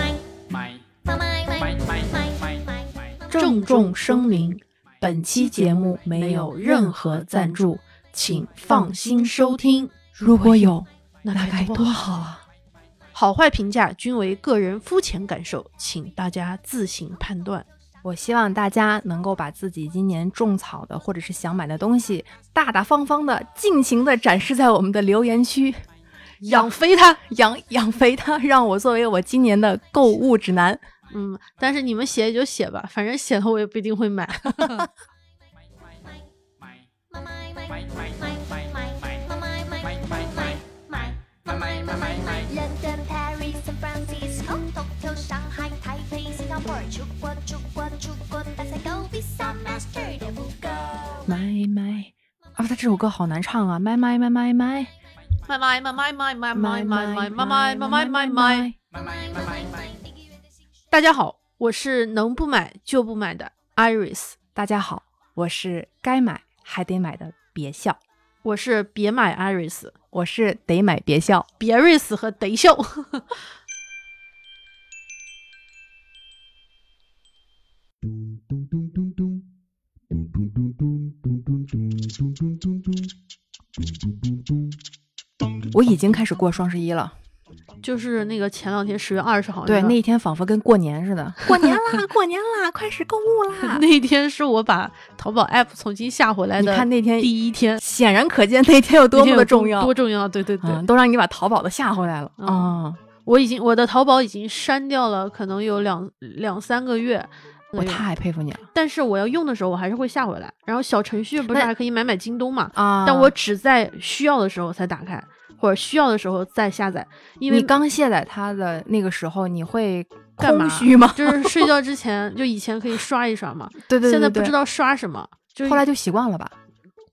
买买买买买买买买买买买。郑重声明，本期节目没有任何赞助，请放心收听。如果有，那该多好啊！好坏评价均为个人肤浅感受，请大家自行判断。我希望大家能够把自己今年种草的或者是想买的东西，大大方方的、尽情的展示在我们的留言区，养肥它，养养肥它，让我作为我今年的购物指南。嗯，但是你们写也就写吧，反正写了我也不一定会买。 London, Paris, San Francisco, Tokyo, Shanghai, Taipei, Singapore, 出国出国出国，大赛 Go Visa Master 的 Go。买买啊！他这首歌好难唱啊！买买买买买买买买买买买买买买买买买买买！大家好，我是能不买就不买的 Iris，大家好，我是该买还得买的，别笑。我是别买 Iris，我是得买别笑。别瑞斯和得秀。咚咚咚咚咚，咚咚咚咚咚咚咚咚咚咚咚，咚咚咚我已经开始过双十一了，就是那个前两天十月二十号，对，那那一天仿佛跟过年似 的。过年啦，过年啦，开始购物 啦！那一天是我把淘宝 app 重新下回来你的。看那天第一天显然可见那天有多那天么有的重要，多重要！对对对，嗯，都让你把淘宝的吓回来了嗯啊！我已经我的淘宝已经删掉了，可能有两两三个月。我太佩服你了但是我要用的时候，我还是会下回来。然后小程序不是那还可以买买京东嘛？啊！但我只在需要的时候才打开，或者需要的时候再下载，因为你刚卸载它的那个时候，你会干嘛空虚吗？就是睡觉之前，就以前可以刷一刷嘛， 对对对，现在对不知，道刷什么，就是对后来就习惯了吧？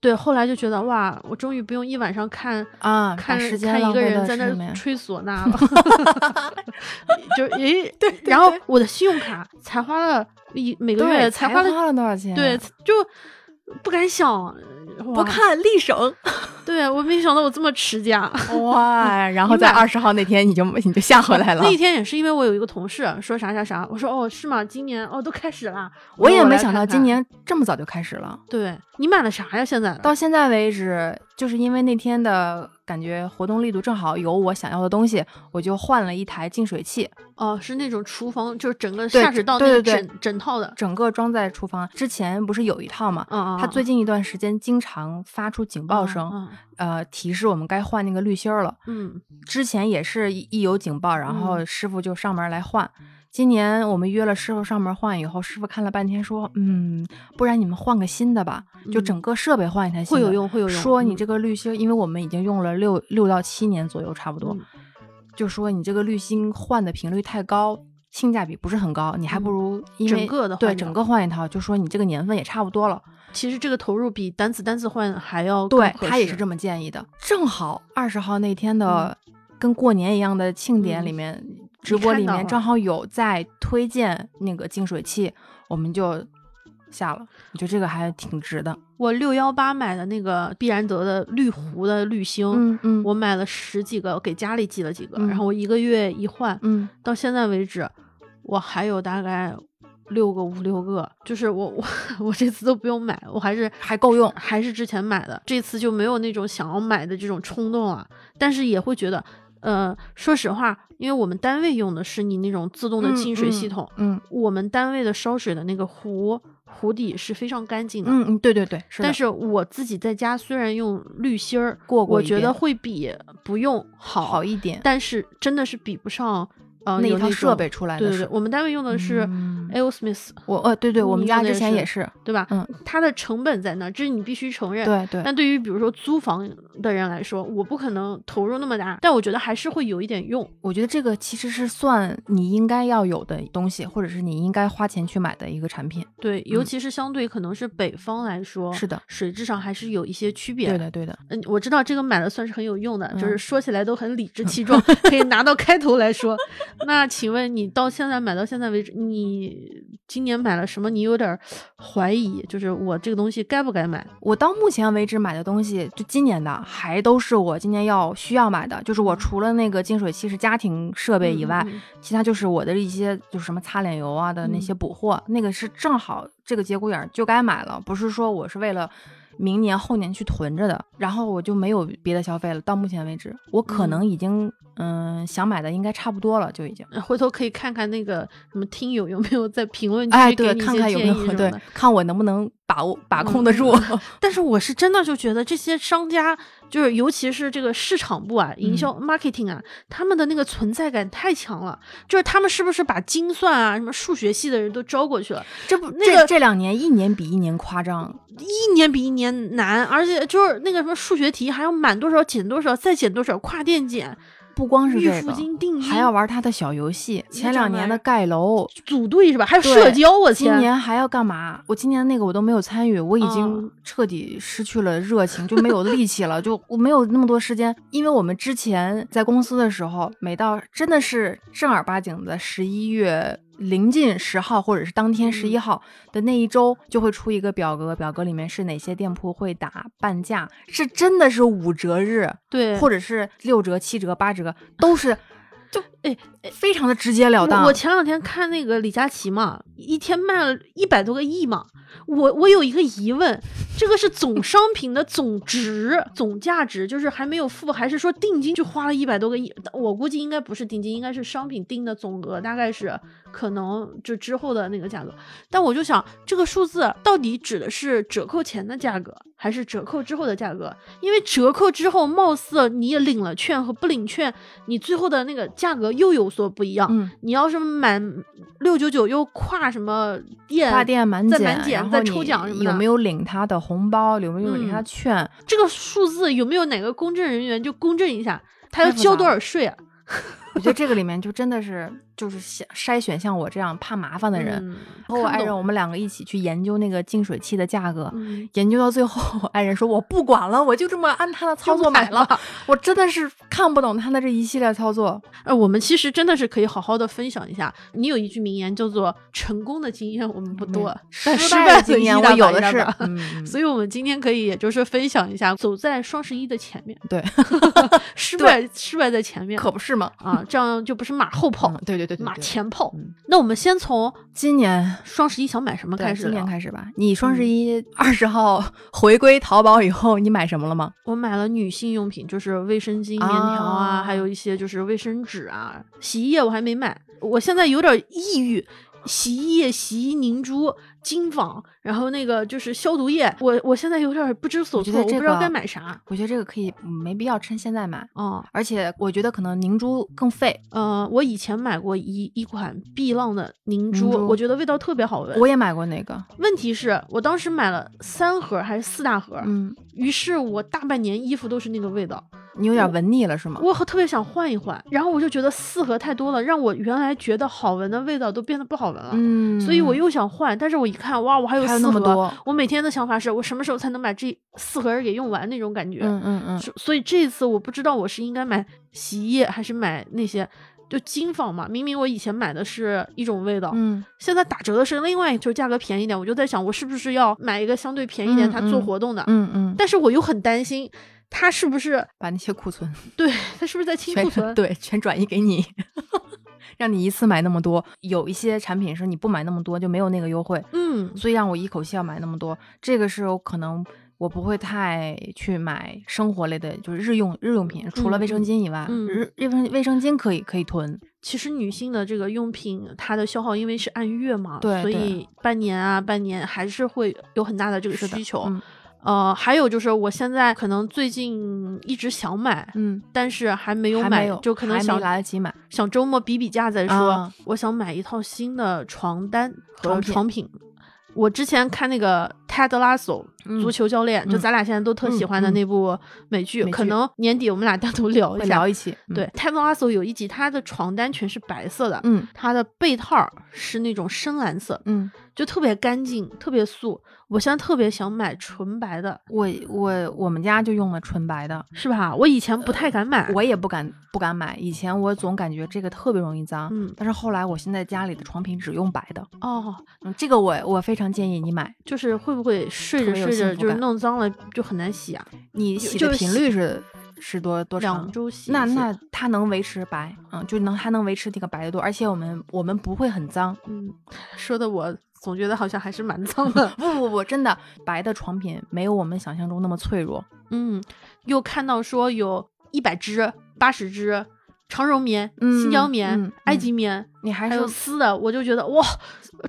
对，后来就觉得哇，我终于不用一晚上看啊，看把时间看一浪个费人在在那上面儿吹唢 呐了，就 诶，对然后我的信用卡才花了一每个对月才花了花了多少钱？啊对，就不敢想，不哇，看立省对我没想到我这么持家。 哇！然后你在买二十号那天，你就 你就下回来了那。一天也是因为我有一个同事说啥啥啥，我说哦是吗？今年哦都开始啦，我说也没来想看到今看。年这么早就开始了。对你买了啥呀？现在到现在为止，就是因为那天的感觉活动力度正好有我想要的东西，我就换了一台净水器，哦是那种厨房，就是整个对下水道对那对对整整套的，整个装在厨房。之前不是有一套嘛？嗯嗯，它最嗯近一段时间经常发出警报声，嗯呃，提示我们该换那个滤芯儿了。嗯，之前也是一一有警报，然后嗯师傅就上门来换。今年我们约了师傅上门换以后，师傅看了半天说：“嗯，不然你们换个新的吧，就嗯整个设备换一台新会的。”有用，会有用。说你嗯这个滤芯儿，因为我们已经用了六六到七年左右，差不多，嗯就说你这个滤芯换的频率太高，性价比不是很高，你还嗯不如因整为个的对换掉整个换一套，就说你这个年份也差不多了，其实这个投入比单次单次换还要对他也是这么么建议的。正好二十号那天的、跟过年一样的庆典里嗯面，直播看里到面了正好有在推荐那个净水器，我们就下了，我觉得这个还挺值的。我六幺八买的那个必然德的绿湖的滤芯，嗯嗯我买了十几个，给家里寄了几个，嗯然后我一个月一换，嗯，到现在为止，我还有大概六个五六个，就是我我 我这次都不用买，我还是还够用还是之前买的，这次就没有那种想要买的这种冲动了，但是也会觉得。呃，说实话，因为我们单位用的是你那种自动的嗯净水系统，嗯我们单位的烧水的那个壶壶底是非常干净的。嗯嗯，对对对，是的但是我自己在家虽然用滤芯儿过过我一觉得遍会比不用好，好一点。但是真的是比不上呃那有一套种设备出来对的对是对，我们单位用的是嗯 a l Smith，、我呃，对对，我们你家用的之也前是也是，对吧？嗯，它的成本在那儿，这是你必须承认。对对，但对于比如说租房的人来说，我不可能投入那么大，但我觉得还是会有一点用。我觉得这个其实是算你应该要有的东西，或者是你应该花钱去买的一个产品。对，尤嗯其是相对可能是北方来说，是的水质上还是有一些区别。对的，对的，嗯，我知道这个买了算是很有用的，就是嗯说起来都很理直 气壮，可以拿到开头来说。那请问你到现在买到现在为止，你今年买了什么，你有点儿怀疑，就是我这个东西该不该买？我到目前为止买的东西，就今年的还都是我今年要需要买的，就是我除了那个净水器是家庭设备以外，嗯嗯，嗯其他就是我的一些就是什么擦脸油啊的那些嗯补货，那个是正好这个节骨眼儿就该买了，不是说我是为了明年后年去囤着的，然后我就没有别的消费了。到目前为止，我可能已经嗯、想买的应该差不多了，就已经。嗯回头可以看看那个什么听友有没有在评论区哎，给对，你一看些看有没建议有什么对的，嗯看我能不能把握把控得住。但是我是真的就觉得这些商家，就是尤其是这个市场部啊、营销 marketing 啊，他们的那个存在感太强了。就是他们是不是把精算啊、什么数学系的人都招过去了？ 这不，那个这这两年一年比一年夸张，一年比一年难，而且就是那个什么数学题还要满多少减多少，再减多少，跨店减，不光是预这付个，金定还音要玩他的小游戏。前这两玩年意的儿盖楼，组队是吧？还有对社交，我今天，年还要干嘛？我今年那个我都没有参与，我已经嗯彻底失去了热情，就没有力气了，就我没有那么多时间。因为我们之前在公司的时候，每到真的是正儿八经的十一月临近十号或者是当天嗯十一号的那一周，就会出一个表格，表格里面是哪些店铺会打半价，是真的是五折日，对，或者是六折、七折、八折，都是就哎非常的直截了当。我我前两天看那个李佳琦嘛，一天卖了一百多个亿嘛，我我有一个疑问，这个是总商品的总值、总价值，就是还没有付，还是说定金就花了一百多个亿？我估计应该不是定金，应该是商品定的总额，大概是可能就之后的那个价格。但我就想，这个数字到底指的是折扣前的价格，还是折扣之后的价格？因为折扣之后，貌似你也领了券和不领券，你最后的那个价格又有所不一样。嗯，你要是满六九九又跨什么店，跨店满再减，满减然再后抽你奖什么有的没有领他的红包，有没有领他嗯券？这个数字有没有哪个公证人员就公证一下，他太要复交杂多了少税啊？我觉得这个里面就真的是就是像筛选像我这样怕麻烦的人。嗯然后我看不爱人懂我们两个一起去研究那个净水器的价格。嗯研究到最后，我爱人说：“我不管了，我就这么按他的操就作买买了我真的是看不懂他的这一系列操作。 呃，我们其实真的是可以好好的分享一下。你有一句名言叫做“成功的经验我们不多，但失嗯败的经经验验我有的是。一大把嗯 嗯所以，我们今天可以也就是分享一下，走在双十一的前 面， 对，失败失败在前面，可不是嘛。啊，这样就不是马后炮，嗯对对对对马对前炮。嗯那我们先从今年双十一想买什么 对开始嗯今年聊？开始吧。你双十一二十号回归淘宝以后，你买什么了吗？我买了女性用品，就是卫生巾、棉条啊，啊还有一些就是卫生纸啊，洗衣液我还没买，我现在有点抑郁。洗衣液、洗衣凝珠、金纺，然后那个就是消毒液，我我现在有点不知所我觉措，得我这不知道个该买啥。我觉得这个可以，嗯没必要趁现在买。哦，而且我觉得可能凝珠更费，呃，我以前买过一一款碧浪的凝珠，凝珠我觉得味道特别好闻。我也买过那个，问题是我当时买了三盒还是四大盒，嗯，于是我大半年衣服都是那个味道。你有点闻腻了是吗？我好特别想换一换，然后我就觉得四盒太多了，让我原来觉得好闻的味道都变得不好闻了，嗯，所以我又想换，但是我一看，哇，我还有还四有盒，那么多，我每天的想法是我什么时候才能把这四盒给用完那种感觉，嗯嗯嗯，所所以这一次我不知道我是应该买洗衣液还是买那些。就金纺嘛，明明我以前买的是一种味道，嗯，现在打折的是另外一就是价格便宜点，我就在想我是不是要买一个相对便宜点，嗯它做嗯活动的，嗯嗯，但是我又很担心它是不是把那些库存对它是不是在清全库存，对全转移给你， 让你一次买那么多。有一些产品是你不买那么多就没有那个优惠，嗯，所以让我一口气要买那么多，这个是我可能。我不会太去买生活类的，就是日用日用品，除了卫生嗯巾以外，嗯日日卫卫生巾可以可以囤，其实女性的这个用品，它的消耗因为是按月嘛，对所对以半年啊，半年还是会有很大的这个是的需求。嗯呃，还有就是，我现在可能最近一直想买，嗯，但是还没有还买，没有就可能还没想来得及买，想周末比比价再说。啊我想买一套新的床单和床品床品。我之前看那个泰德拉索嗯足球教练，嗯就咱俩现在都特喜欢的嗯嗯那部美剧，美剧可能年底我们俩单独聊会一下。聊一期。嗯对，，泰德拉索有一集，他的床单全是白色的，嗯他的被套儿是那种深蓝色，嗯，就特别干净，特别素。我现在特别想买纯白的，我我我们家就用了纯白的，是吧？我以前不太敢买，呃我也不敢不敢买。以前我总感觉这个特别容易脏，嗯但是后来我现在家里的床品只用白的，哦，嗯，这个我我非常建议你买。就是会不会睡特着别有睡幸着福就是感弄脏了就很难洗啊？你洗的就是频洗率是是多多两长？周洗一那次那它能维持白，嗯，就能它能维持那个白的度，而且我们我们不会很脏。。嗯，说的我总觉得好像还是蛮脏的 不不不，真的白的床品没有我们想象中那么脆弱。嗯，又看到说有一百只、八十只长绒棉、新疆嗯棉、嗯埃嗯及棉，你还还是有丝的，我就觉得哇，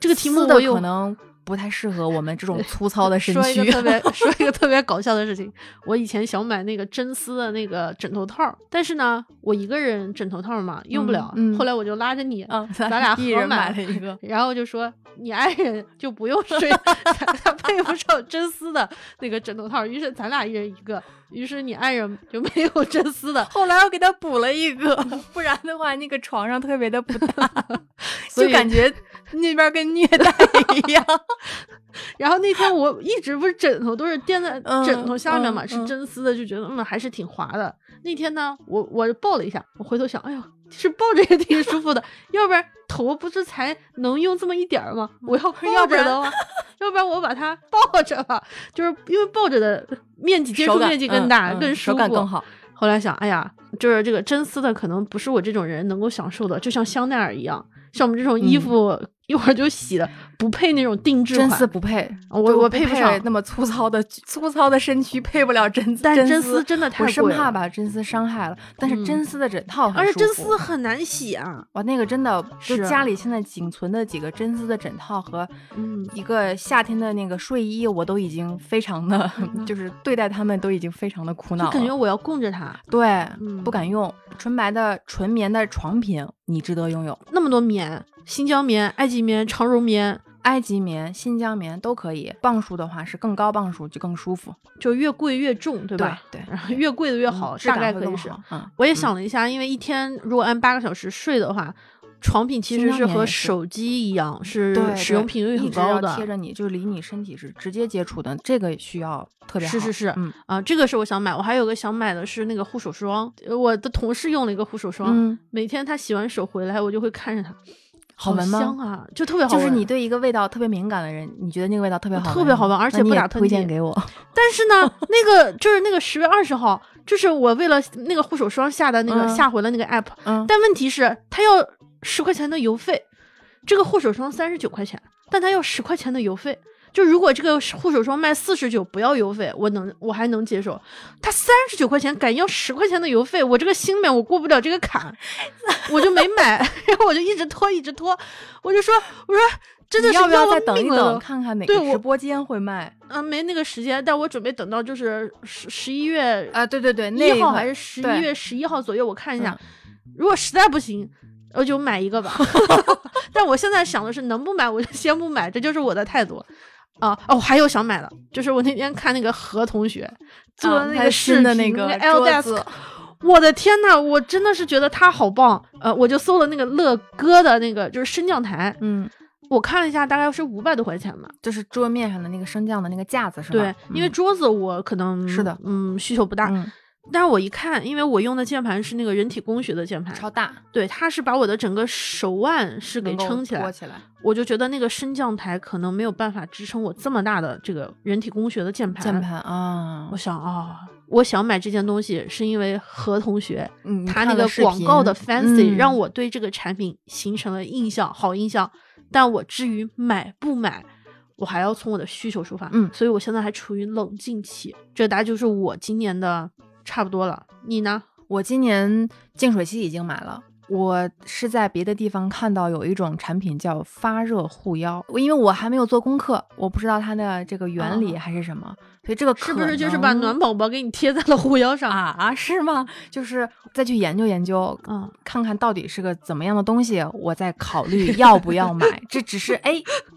这个题目丝的我有可能不太适合我们 这种粗糙的身说一个躯。特 别说一个特别搞笑的事情，我以前想买那个真丝的那个枕头套儿，但是呢，我一个人枕头套儿嘛用不了，嗯嗯后来我就拉着你，嗯，咱俩一合人买，买了一个然后就说你爱人就不用睡， 他他配不上真丝的那个枕头套儿，于是咱俩一人一个，于是你爱人就没有真丝的， 后来我给他补了一个，不然的话那个床上特别的不 搭，所就以感觉那边跟虐待一 样。然后那天我一直不是枕头都是垫在嗯枕头下面嘛，嗯是嗯真丝的，就觉得嗯还是挺滑的。那天呢，我我抱了一下，我回头想，哎呦，其实抱着也挺舒服的，要不然头不是才能用这么一点儿吗？我要抱要不着然的话，要不然我把它抱着吧，就是因为抱着的面积接触手感面积嗯更大，嗯更舒服，手感更好。后来想，哎呀，就是这个真丝的可能不是我这种人能够享受的，就像香奈儿一样，像我们这种衣嗯服、一会儿就洗的，不配那种定制真款。丝不配，我就我不配不上那么粗糙的粗糙的身躯，配不了 真但真丝丝真的太我生贵怕了把真丝伤害了。但是嗯真丝的枕套很而且舒真服丝很难洗啊。哇，那个真的就是家里现在仅存的几个真丝的枕套和嗯一个夏天的那个睡衣，我都已经非常的， 就是对待他们都已经非常的苦恼嗯就了。感觉我要供着它，对、嗯不敢用纯白的纯棉的床品，你值得拥有。那么多棉，新疆棉、埃及棉、长绒棉，埃及棉、新疆棉都可以，磅数的话是更高磅数就更舒服，就越贵越重，对对吧？对，嗯然后 越贵的越好，质大感概会可以更是。好嗯，我也嗯想了一下，因为一天如果按八个小时睡的话，床品其新实疆是棉和也是手机一样，是对，使对用频率很一直高要的。贴着你就离你身体是直接接触的，这个需要特别好。是是是嗯啊，这个是我想买，我还有个想买的是那个护手霜，呃我的同事用了一个护手霜，嗯，每天他洗完手回来，我就会看着它，好闻吗香啊，就特别好就闻。是你，对一个味道特别敏感的人，你觉得那个味道特别好闻，特别好闻而且那你不也打喷推荐嚏 给我。 但是呢，那个就是那个十月二十号，就是我为了那个护手霜下的那个、嗯下回了那个 app，嗯，但问题是它要十块钱的邮费，这个护手霜三十九块钱，但它要十块钱的邮费。就如果这个护手霜卖四十九，不要邮费，我能我还能接受。他三十九块钱敢要十块钱的邮费，我这个心里面我过不了这个坎，我就没买。 然后我就一直拖，一直拖，我就说我说真的你是要不了再等一命了等，都看看哪对个我直播间会卖？啊，没那个时间，但我准备等到就是十十一月啊，对对对，那一号还个是十对一月十一号左右，我看一下。嗯如果实在不行，我就买一个吧。但我现在想的是，能不买我就先不买，这就是我的态度。啊哦，还有想买的，就是我那天看那个何同学做的那他个啊视新频、的那个个桌 L 子 desk，我的天呐，我真的是觉得他好棒。呃，我就搜了那个乐哥的那个就是升降台，嗯，我看了一下，大概是五百多块钱吧。就是桌面上的那个升降的那个架子是嗯吧？对，因为桌子我可能是的嗯，需求不大。嗯但是我一看，因为我用的键盘是那个人体工学的键盘，嗯超大，对，它是把我的整个手腕是给能够撑起托来，起来。我就觉得那个升降台可能没有办法支撑我这么大的这个人体工学的键盘。键，盘啊我，想啊、我想买这件东西是因为何同学嗯你他看那了个视广告的频 fancy、嗯让我对这个产品形成了印象，好印象。但我至于买不买，我还要从我的需求出发。嗯所以我现在还处于冷静期。这大概就是我今年的差不多了。你呢？我今年净水器已经买了。我是在别的地方看到有一种产品叫发热护腰，我因为我还没有做功课，我不知道它的这个原理哦还是什么，所以这个是不是可就是把能暖宝宝给你贴在了护腰上？啊啊是吗？就是再去研究研究，嗯，。看看到底是个怎么样的东西，我再考虑要不要买这只是哎，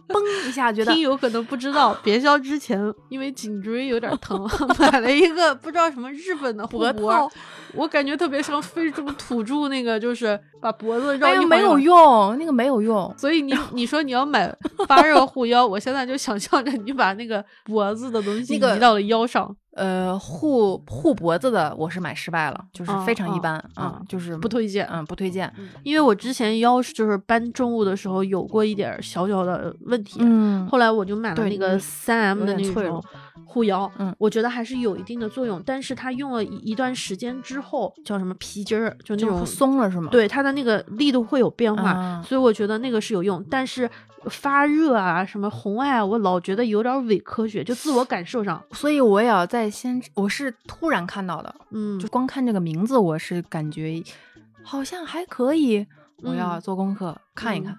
嘣一下觉得听友可能不知道，别肖之前因为颈椎有点疼， 买了一个不知道什么日本的护脖脖儿套，我感觉特别像非洲土著那个，就是把脖子绕哎一呀环没有绕。用，那个没有用，所以你你说你要买发热护腰， 我现在就想象着你把那个脖子的东西那个移到了腰上，呃，护护脖子的我是买失败了，就是啊非常一啊般啊嗯就是不推荐嗯，不推荐。因为我之前腰是就是搬重物的时候有过一点儿小小的问题，嗯，后来我就买了对那你个三 M 有的点那脆种弱护腰，嗯我觉得还是有一定的作用，但是它用了一一段时间之后，叫什么皮筋儿，就那就种是松了是吗？，对它的那个力度会有变化，啊所以我觉得那个是有用，但是发热啊、什么红外啊，我老觉得有点伪科学，就自我感受上，所以我也要在先，我是突然看到的，嗯，就光看这个名字，我是感觉好像还可以，我要嗯做功课、看一看，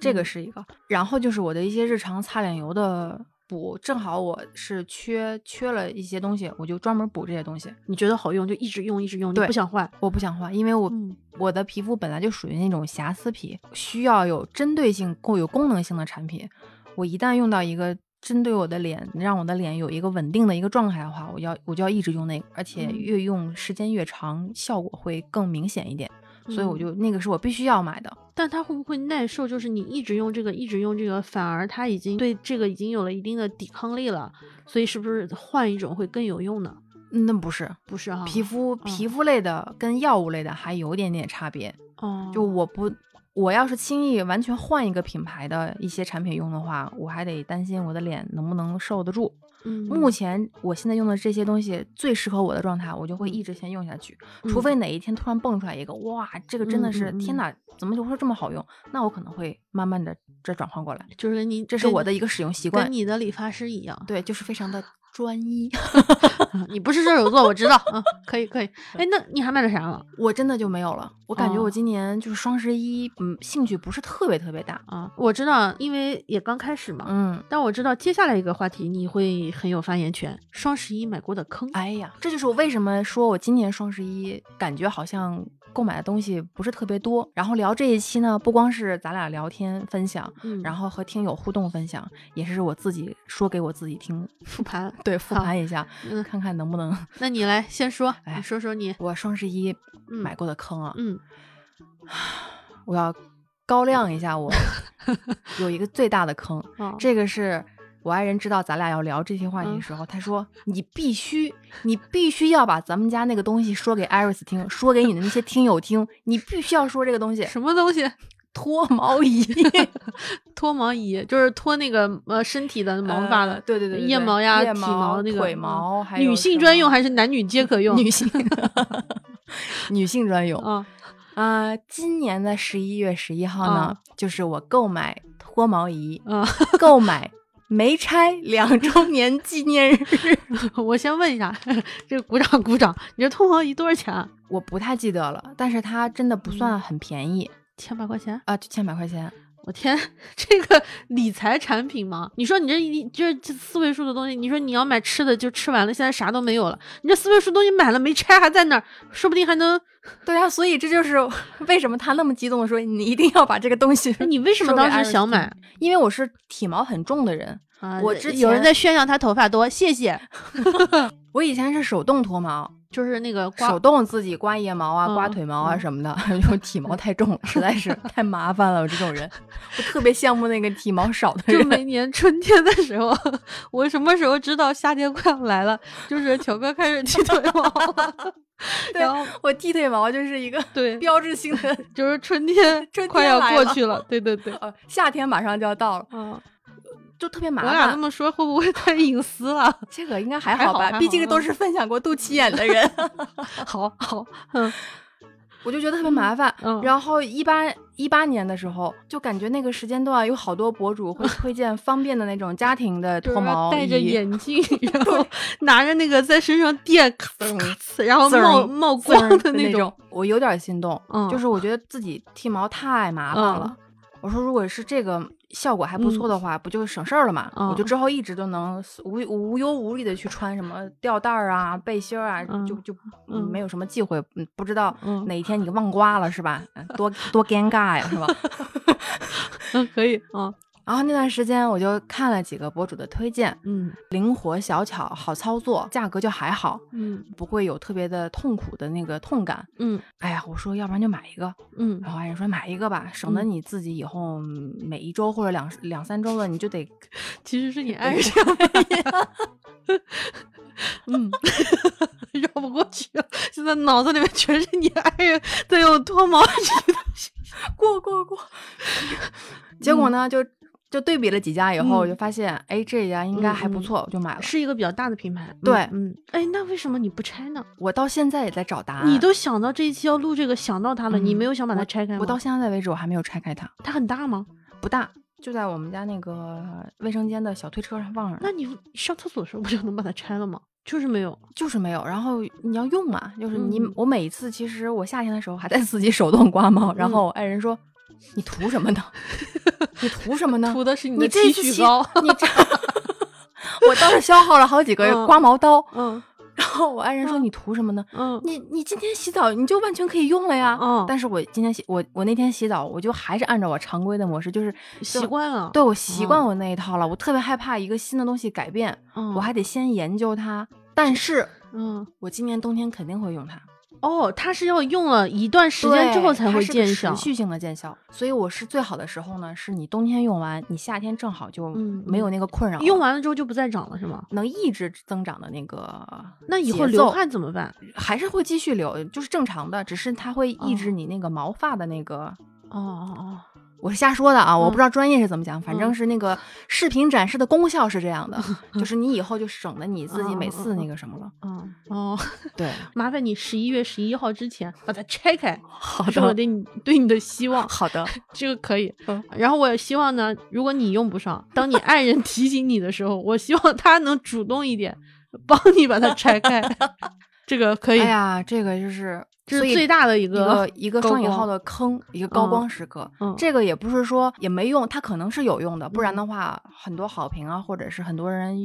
这个嗯是一个。然后就是我的一些日常擦脸油的补，正好我是缺缺了一些东西，我就专门补这些东西。你觉得好用就一直用一直用，你对不想换，我不想换，因为我、嗯我的皮肤本来就属于那种瑕疵皮，需要有针对性、够有功能性的产品。我一旦用到一个针对我的脸，让我的脸有一个稳定的一个状态的话，我要我就要一直用那个，而且嗯越用时间越长，效果会更明显一点。所以我嗯就那个是我必须要买的。但它会不会耐受？就是你一直用这个，一直用这个，反而它已经对这个已经有了一定的抵抗力了，所以是不是换一种会更有用呢？嗯那不是不是哈，皮肤嗯皮肤类的跟药物类的还有一点点差别，哦，就我不。我要是轻易完全换一个品牌的一些产品用的话，我还得担心我的脸能不能受得住。嗯目前我现在用的这些东西最适合我的状态，我就会一直先用下去，嗯除非哪一天突然蹦出来一个，哇，这个真的是、嗯嗯嗯天哪，怎么就会这么好用？那我可能会慢慢的再转换过来，就是跟你这是跟我的一个使用习惯跟。你的理发师一样，对，就是非常的专一，啊 你不是射手座，我知道，嗯，可以可以。哎，那你还买了啥了我真的就没有了。我感觉哦我今年就是双十一，嗯，兴趣不是特别特别大。啊？我知道，因为也刚开始嘛。嗯，但我知道接下来一个话题你会很有发言权，双十一买过的坑。哎呀，这就是我为什么说我今年双十一感觉好像购买的东西不是特别多。然后聊这一期呢，不光是咱俩聊天分享，嗯，然后后和听友互动分享，也是我自己说给我自己听，复盘，对，复好盘一下，嗯，看看能 不能。那你来先说，哎你说说你，我双十一嗯买过的坑啊，嗯，我要高亮一 下我有一个最大的坑，哦这个是。我爱人知道咱俩要聊这些话题的嗯时候，他说：“你必须，你必须要把咱们家那个东西说给 Iris 听，说给你的那些听友听，你必须要说这个东西，什么东西？ 脱毛仪。 脱毛仪就是脱那个呃身体的毛发的，呃对对对对腋对毛呀、腋体毛那个腿嗯毛还有女什性专用么还是男女皆可用？女性， 女性专用啊，啊、今年的十一月十一号呢，啊就是我购买脱毛仪，啊购买没拆两周年纪念日， 我先问一下，这个鼓掌鼓掌，你这脱毛仪多少钱啊？我不太记得了，但是它真的不算很便宜千把块钱？啊，就千百块钱。我天， 这个理财产品吗？你说你这一这这四位数的东西，你说你要买吃的就吃完了，现在啥都没有了，你这四位数东西买了没拆还在那儿，说不定还能。对啊，所以这就是 为什么他那么激动的说你一定要把这个东西。那哎你为什么当时想买？因为我是体毛很重的人，啊我之有人前在炫耀他头发多，谢谢。我以前是手动脱毛，就是那个刮 手动自己刮腋毛啊、嗯刮腿毛啊嗯什么的， 就体毛太重了，实 在是太麻烦了。我这种人，我特别羡慕那个体毛少的就人。每年春天的时候， 我什么时候知道夏天快要来了？就是乔哥开始 ，剃腿毛了对然后我剃腿毛就是一个 对，标志性的，就是春天春天快要来过了去了，对对 对。呃，夏天马上就要到了，嗯，就特别我麻俩这烦。么说会不会太隐私了？ 这个应该还还好好吧，还毕好竟都嗯是分享过肚脐眼的人，好好，我就觉得特别麻烦。嗯然后一八一八年的时候，就感觉那个时间段有好多博主会推荐方便的那种家庭的就是脱毛戴着仪眼镜，然后 拿着那个在身上垫，咔呲咔呲，然后滋儿冒冒滋儿光的的那种，我有点心动，嗯就是我觉得自己剃毛太麻烦了。我说，如果是这个效果还不错的话，不就省事儿了嘛？嗯我就之后一直都能无无忧无虑的去穿什么吊带儿啊、背心儿啊，嗯就就、嗯没有什么忌讳。嗯，不知道嗯哪一天你忘刮了是吧？嗯多多尴尬呀，是吧？嗯，可以啊，然后那段时间我就看了几个博主的推荐，嗯灵活小巧，好操作，价格就还好，嗯不会有特别的痛苦的那个痛感。嗯哎呀，我说要不然就买一个，嗯然后爱哎人说买一个吧，省得嗯你自己以后嗯每一周或者两两三周了，你就得其实是你爱上了你 嗯，绕不过去了。现在脑子里面全是你爱人在用脱毛仪的事情。 过过过。结果嗯呢，就就对比了几家以后，我就发现，哎，这家应该还不嗯嗯错，我就买了。是一个比较大的品牌，对嗯，嗯哎，那为什么你不拆呢？我到现在也在找答案。你都想到这一期要录这个，想到它了，你啊嗯没有想把它我拆开吗？我到现在为止我还没有拆开它，它很大吗？不大，就在我们家那个卫生间的小推车上放着呢，那你上厕所的时候不就能把它拆了吗？就是没有，就是没有。然后你要用嘛，就是你、嗯我每一次其实我夏天的时候还在自己手动刮毛，然嗯后我爱人说。你涂什么呢？你涂什么呢？涂的是你你的这剃一次须期膏。你这，我当时消耗了好几个嗯刮毛刀，嗯然后我爱人说你涂什么呢？ 嗯你你今天洗澡你就完全可以用了呀。嗯但是我今天洗我我那天洗澡我就还是按照我常规的模式，就是习就惯了对我习惯嗯我那一套了。我特别害怕一个新的东西改变，嗯，我还得先研究它。但是嗯我今年冬天肯定会用它，哦，它是要用了一段时间之后对才它会是个见效持。续性的见效。所以我是最好的时候呢，是你冬天用完，你夏天正好就嗯没有那个困扰了，用完了之后就不再长了是吗？能抑制增长的那个。那以后节流奏汗怎么办？还是会继续留，就是正常的，只是它会抑制你那个毛发的那个。哦哦我是瞎说的啊，我嗯不知道专业是怎么讲，反嗯正是那个视频展示的功效是这 样的，就是你以后就省得你自己每次嗯嗯嗯那个什么了。哦嗯哦哦， 对，麻烦你十一月十一号之前把它拆开，好是我对你对你的希望。 好的，这个可以嗯。然后我也希望呢，如果你用不上，当你爱人提醒你的时候，我希望他能主动一点，帮你把它拆开。 这个可以哎，呀，这个就是这所是以最大的一一个个一个高双引光号的坑，一个高嗯光时刻。嗯这个也不是说也没用，它可能是有用的，不然嗯的话，很多好评啊，或者是很多人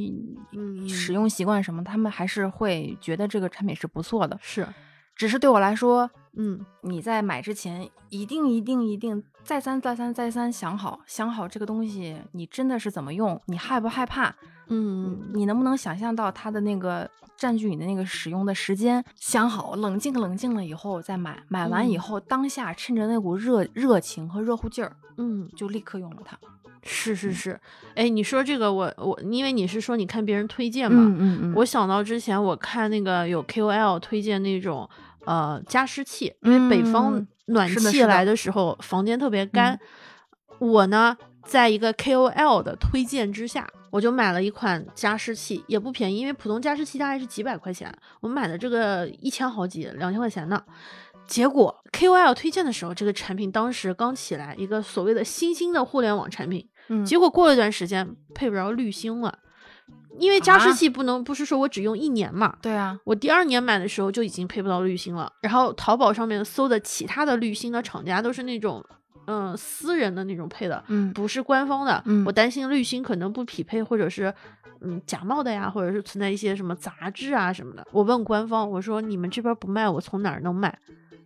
嗯嗯使用习惯什么，他们还是会觉得这个产品是不错的。是，只是对我来说，嗯你在买之前一定一定一定再三再三再三想好，想好这个东西你真的是怎么用，你害不害怕，嗯，你能不能想象到它的那个占据你的那个使用的时间？想好，冷静冷静了以后再买，买完以嗯后、当下趁着那股热热情和热乎劲儿，嗯，就立刻用了它。是嗯是是。哎，你说这个我我，因为你是说你看别人推荐嘛，嗯嗯嗯我想到之前我看那个有 KOL 推荐那种呃加湿器，因为北方嗯暖是的气是的嗯来的时候房间特别干，我呢在一个 KOL 的推荐之下，我就买了一款加湿器，也不便宜，因为普通加湿器大概是几百块钱，我买的这个一千好几，两千块钱呢。结果 KOL 推荐的时候，这个产品当时刚起来，一个所谓的新兴的互联网产品，嗯结果过了一段时间配不着滤芯了，因为加湿啊器不能、不是说我只用一年嘛，对啊，我第二年买的时候就已经配不到滤芯了。然后淘宝上面搜的其他的滤芯的厂家都是那种嗯、私人的那种配的，嗯不是官方的。嗯我担心滤芯可能不匹配，或者是嗯假冒的呀，或者是存在一些什么杂质啊什么的。我问官方，我说你们这边不卖，我从哪儿能买？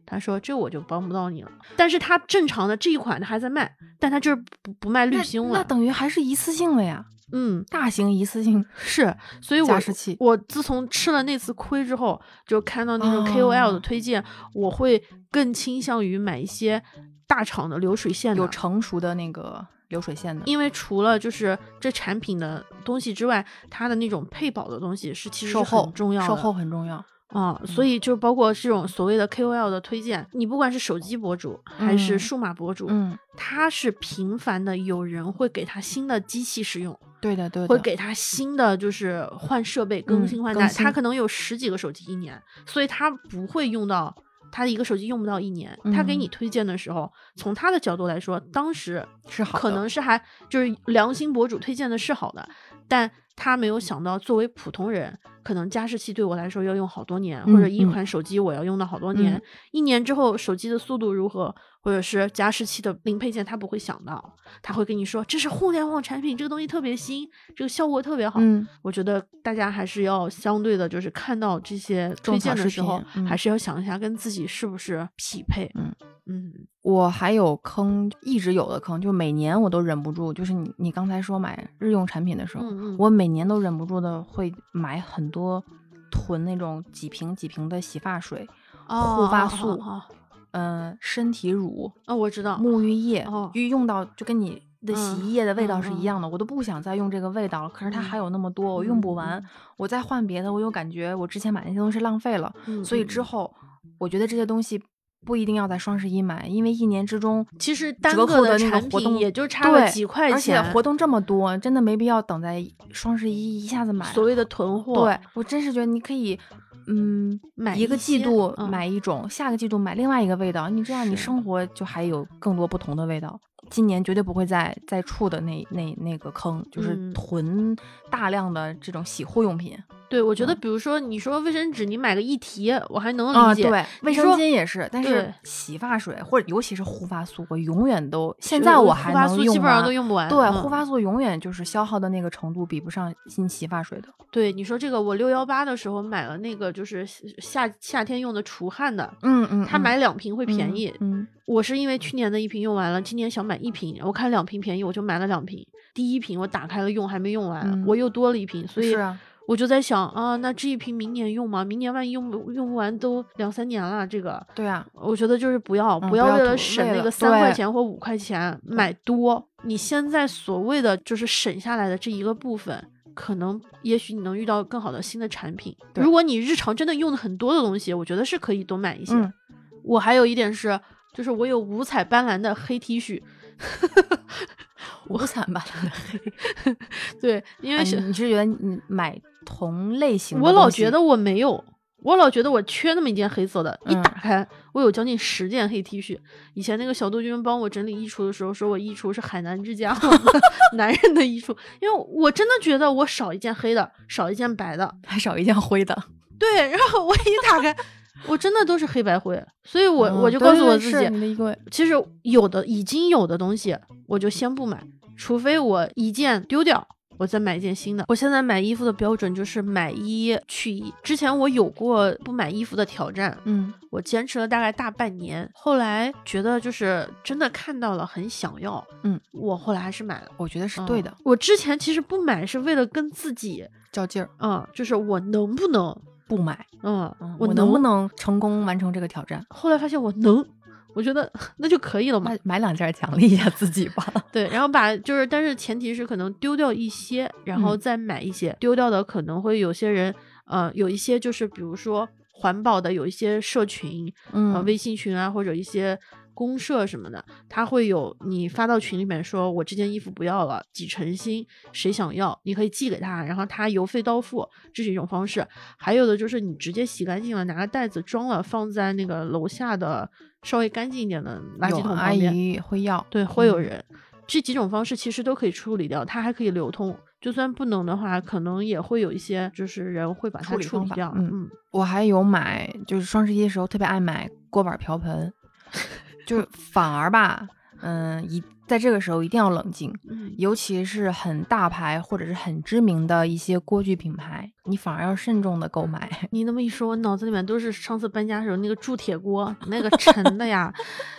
他说：“这我就帮不到你了，但是他正常的这一款他还在卖，但他就是不不卖滤芯那，那了。等于还是一次性的呀，嗯，大型一次性是，所以我嗯加湿器。我自从吃了那次亏之后，就看到那种哦 KOL 的推荐，我会更倾向于买一些大厂的流水线的有，成熟的那个流水线的，因为除了就是这产品的东西之外，它的那种配保的东西是其实是售后很重要的，售后很嗯重要。啊、所以就包括这种所谓的 KOL 的推荐，你不管是手机博主还是嗯数码博主，嗯，他是频繁的有人会给他新的机器使用。对的，对的。会给他新的，就是换设备、更嗯新换更代。新他可能有十几个手机一年，所以他不会用到他一个手机用不到一年。他给嗯你推荐的时候，从他的角度来说，当时是好的可能是还就是良心博主推荐的是好的，但他没有想到作为普通人，可能加湿器对我来说要用好多年，或者嗯一嗯款手机我要用到好多年，嗯一年之后手机的速度如何，或者是加湿器的零配件，他不会想到。他会跟你说这是互联网产品，这个东西特别新，这个效果特别好。嗯，我觉得大家还是要相对的，就是看到这些推种草荐的视时候，频嗯还是要想一下跟自己是不是匹配。嗯，嗯我还有坑，一直有的坑，就每年我都忍不住，就是你你刚才说买日用产品的时候，嗯嗯，我每年都忍不住的会买很多囤那种几瓶几瓶的洗发水，哦护发哦素哦哦嗯、身体乳、哦，我知道，沐浴液，哦就用到就跟你的洗嗯衣液的味道嗯是嗯一样的，我都不想再用这个味道了。可是它还嗯有那么多，我嗯用不嗯完，我再换别的，我又感觉我之前买那些东西浪费了。嗯所以嗯之嗯后，我觉得这些东西不一定要在双十一买，因为一年之中其实单折个扣的那个产活品动也就差了对几块而且钱，活动这么多，真的没必要等在双十一一下子买。所谓的囤货，对我真是觉得你可以，嗯，买一个一季些度嗯买一种，下个季度买另外一个味道，你这样你是生活就还有更多不同的味道。今年绝对不会再再触的那那那个坑，就是嗯囤大量的这种洗护用品对，我觉得比如说你说卫生纸，你买个一提，我还能嗯啊、理解，对，卫你生说巾也是，但是对洗发水或者尤其是护发素，我永远都现就在是我护还发能素用基本上完都用不完，对，嗯护发素永远就是消耗的那个程度比不上新洗发水的。对，你说这个，我六幺八的时候买了那个，就是夏夏天用的除汗的，嗯嗯他买两瓶会便宜。嗯，我是因为去年的一瓶用完了，今年想买一瓶，我看两瓶便宜，我就买了两瓶。第一瓶我打开了用，还没用完，嗯我又多了一瓶，所以是啊，我就在想啊，那这一瓶明年用吗？明年万一用不用不完都两三年了，这个。对啊，我觉得就是不要，嗯不要不要为图了省为那了个三块对钱或五块钱买多。你现在所谓的就是省下来的这一个部分，可能也许你能遇到更好的新的产品。对如果你日常真的用的很多的东西，我觉得是可以多买一些。嗯我还有一点是，就是我有五彩斑斓的黑 T 恤，五惨吧。对， 因为啊你是、你是觉得你买同类型的我老东西觉得我没有，我老觉得我缺那么一件黑色的。一嗯打开，我有将近十件黑 T 恤。以前那个小杜鹃帮我整理衣橱的时候，说我衣橱是海南之家 男人的衣橱，因为我真的觉得我少一件黑的，少一件白的。还少一件灰的，对，然后我一打开， 我真的都是黑白灰，所以我、我嗯就对告诉对我对自是己，你的衣柜其实有的已经有的东西，我就先不买，除非我一件丢掉，我再买一件新的。我现在买衣服的标准就是买一去一。之前我有过不买衣服的挑战，嗯我坚持了大概大半年，后来觉得就是真的看到了很想要，嗯，我后来还是买了。我觉得是对的嗯，我之前其实不买是为了跟自己，较劲儿嗯，就是我能不能，不买。嗯，嗯我我能不？能成功完成这个挑战？后来发现我能，我觉得 那就可以了嘛买。买两件儿奖励一下自己吧。对，然后把就是，但是前提是可能丢掉一些，然后嗯再买一些。丢掉的可能会有些人，呃，有一些就是比如说环保的，有一些社群，呃，嗯微信群啊，或者一些公社什么的，它会有你发到群里面说，我这件衣服不要了，几成新，谁想要，你可以寄给他，然后他邮费到付，这是一种方式。还有的就是你直接洗干净了，拿个袋子装了，放在那个楼下的稍微干净一点的垃圾有桶阿旁边。姨会要，对，会有嗯人。这几种方式其实都可以处理掉，它还可以流通。就算不能的话，可能也会有一些就是人会把它处理处方理法掉。嗯嗯我还有买，就是双十一的时候特别爱买锅碗瓢盆， 就是反而吧，嗯，一在这个时候一定要冷静，嗯尤其是很大牌或者是很知名的一些锅具品牌，你反而要慎重的购买。你那么一说，我脑子里面都是上次搬家的时候那个铸铁锅，那个沉的呀，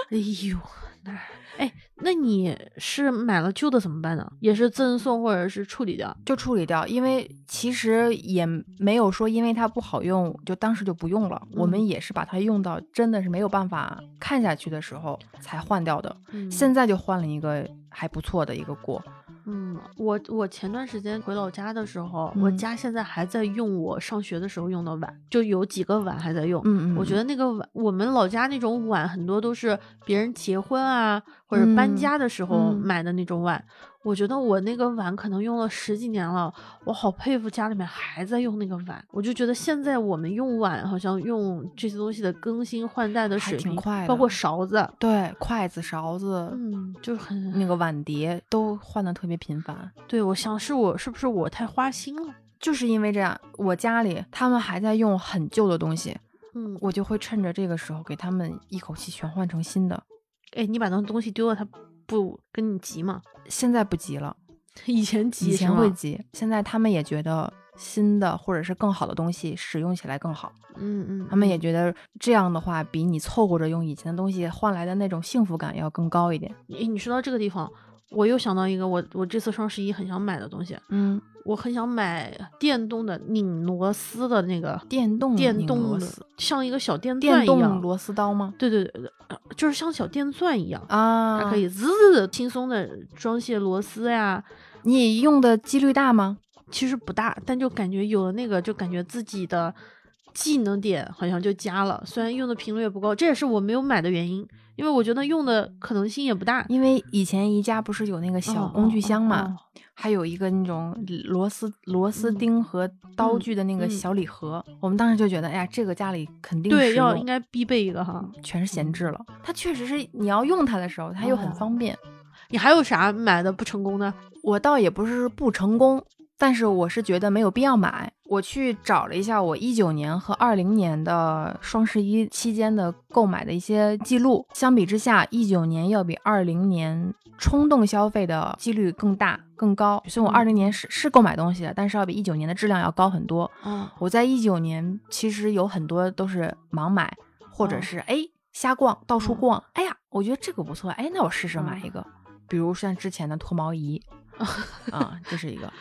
哎呦，那哎，那你是买了旧的怎么办呢？也是赠送或者是处理掉？就处理掉，因为其实也没有说因为它不好用，就当时就不用了。我们嗯也是把它用到真的是没有办法看下去的时候才换掉的。嗯现在就换了一个还不错的一个锅，嗯，我我前段时间回老家的时候，我嗯家现在还在用我上学的时候用的碗，就有几个碗还在用。嗯嗯，我觉得得那个碗，我们老家那种碗很多都是别人结婚啊或者搬嗯家的时候嗯买的那种碗。我觉得我那个碗可能用了十几年了，我好佩服家里面还在用那个碗。我就觉得现在我们用碗好像用这些东西的更新换代的还水挺平，快包括的勺子，对筷子、勺子、嗯，就是很那个碗碟都换的特别频繁。对。我想是我是不是我太花心了？就是因为这样，我家里他们还在用很旧的东西，嗯，我就会趁着这个时候给他们一口气全换成新的。哎，你把那东西丢了，它不跟你急吗？ 现在不急了，以前急，以前会急，现在他们也觉得新的或者是更好的东西使用起来更好。嗯嗯，他们也觉得这样的话，比你凑合着用以前的东西换来的那种幸福感要更高一点。你你说到这个地方，我又想到一个我我这次双十一很想买的东西，嗯，我很想买电动的拧螺丝的那个电动电拧动螺的丝，像一个小电钻电一动样。螺丝刀吗？对对对，呃就是像小电钻一样，啊，它可。以滋滋的轻松的装卸螺丝呀。你用的几率大吗？其实不大，但就感觉有了那个，就感觉自己的技能点好像就加了。虽然用的频率也不高，这也是我没有买的原因，因为我觉得用的可能性也不大。因为以前宜家不是有那个小哦工具箱嘛，哦哦还有一个那种螺丝螺丝嗯钉和刀嗯具的那个嗯小礼盒，我们当时就觉得，哎呀，这个家里肯定对，实要用应该必备一个哈。全是闲置了。它确实是你要用它的时候，它又很哦方便。你还有啥买的不成功的？我倒也不是不成功，但是我是觉得没有必要买。我去找了一下我一九年和二零年的双十一期间的购买的一些记录，相比之下，一九年要比二零年冲动消费的几率更大、更高。所以我嗯二零年是是购买东西的，但是要比一九年的质量要高很多。哦，我在一九年其实有很多都是盲买，或者哦是哎瞎逛，到处嗯逛，哎呀，我觉得这个不错，哎，那我试试买嗯一个。比如像之前的脱 毛仪，啊，这是一个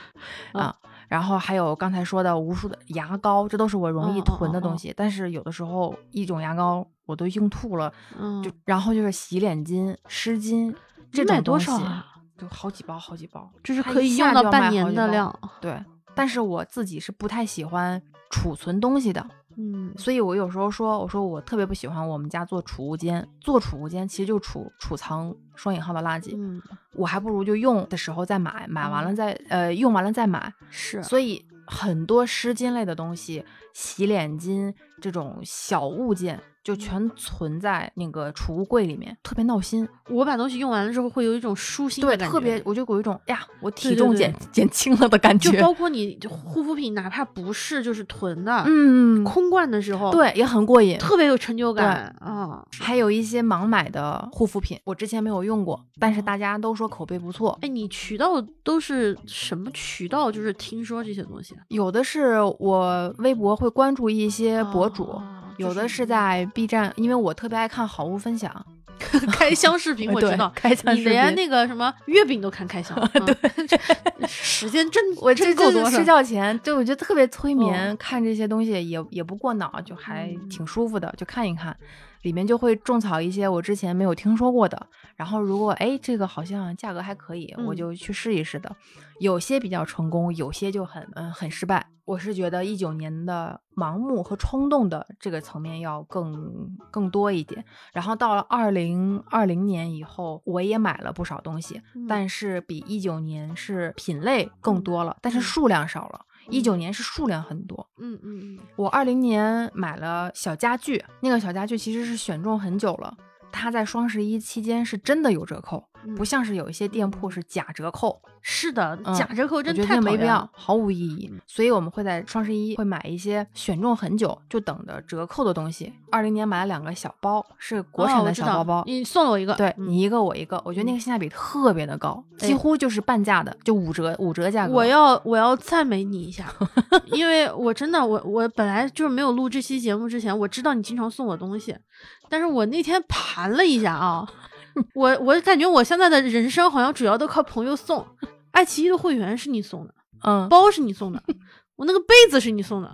嗯啊，然后还有刚才说的无数的牙膏，这都是我容易哦哦囤的哦东哦西。但是有的时候一种牙膏我都用吐了，嗯，就然后就是洗脸巾、湿巾这种买多东少西啊？就好几包，好几包，就是它可一以下用就到要买半好年几的包量。对，但是我自己是不太喜欢储存东西的，嗯，所以我有时候说，我说我特别不喜欢我们家做储物间，做储物间其实就储储藏双引号的垃圾，嗯，我还不如就用的时候再买，买完了嗯再呃用完了再买。是所以很多湿巾类的东西，洗脸巾这种小物件嗯就全存在那个储物柜里面，特别闹心。我把东西用完了之后，会有一种舒心对，的感觉，特别我就有一种哎呀，我体对重对减减轻了的感觉。就包括你就护肤品，哪怕不是就是囤的，嗯，空罐的时候，，对，也很过瘾。特别有成就感啊。还有一些盲买的护肤品，我之前没有用过，但哦是大家都说口碑不错。哎，你渠道都是什么渠道？就是听说这些东西啊，有的是我微博会关注一些博主，哦有的是就在 B 站，因为我特别爱看好物分享。 开箱视频，我呃对知道。开 箱你视频连那个什么月饼都看开 箱，对， 时间真我这真够多这的睡觉前，对我觉得特别催眠，哦看这些东西也也不过脑，就还嗯挺舒服的，就看一看。里面就会种草一些我之前没有听说过的，然后如果哎这个好像价格还可以，我嗯就去试一试的。有些比较成功，有些就很嗯很失败。我是觉得一九年的盲目和冲动的这个层面要更更多一点。然后到了二零二零年以后，我也买了不少东西，嗯但是比一九年是品类更嗯多了，但是嗯数量少了。嗯一九年是数量很多，嗯嗯嗯，我二零年买了小家具，那个小家具其实是选中很久了，它在双十一期间是真的有折扣，嗯不像是有一些店铺是假折扣，是的嗯，假折扣我真觉得太那讨没厌必要了，嗯毫无意义。所以我们会在双十一会买一些选中很久就等着折扣的东西。二零年买了两个小包，是国哦产我的知小道包包，你送了我一个，对嗯你一个我一个，我觉得那个性价比特别的高，几哎乎就是半价的，就五折五折价格。我要我要赞美你一 下，因为我真的我我本来就是没有录这期节目之前，我知道你经常送我东西，但是我那天盘了一下啊，我我感觉我现在的人生好像主要都靠朋友送，爱奇艺的会员是你送的，嗯，包是你 送的，我那个被子是你送的，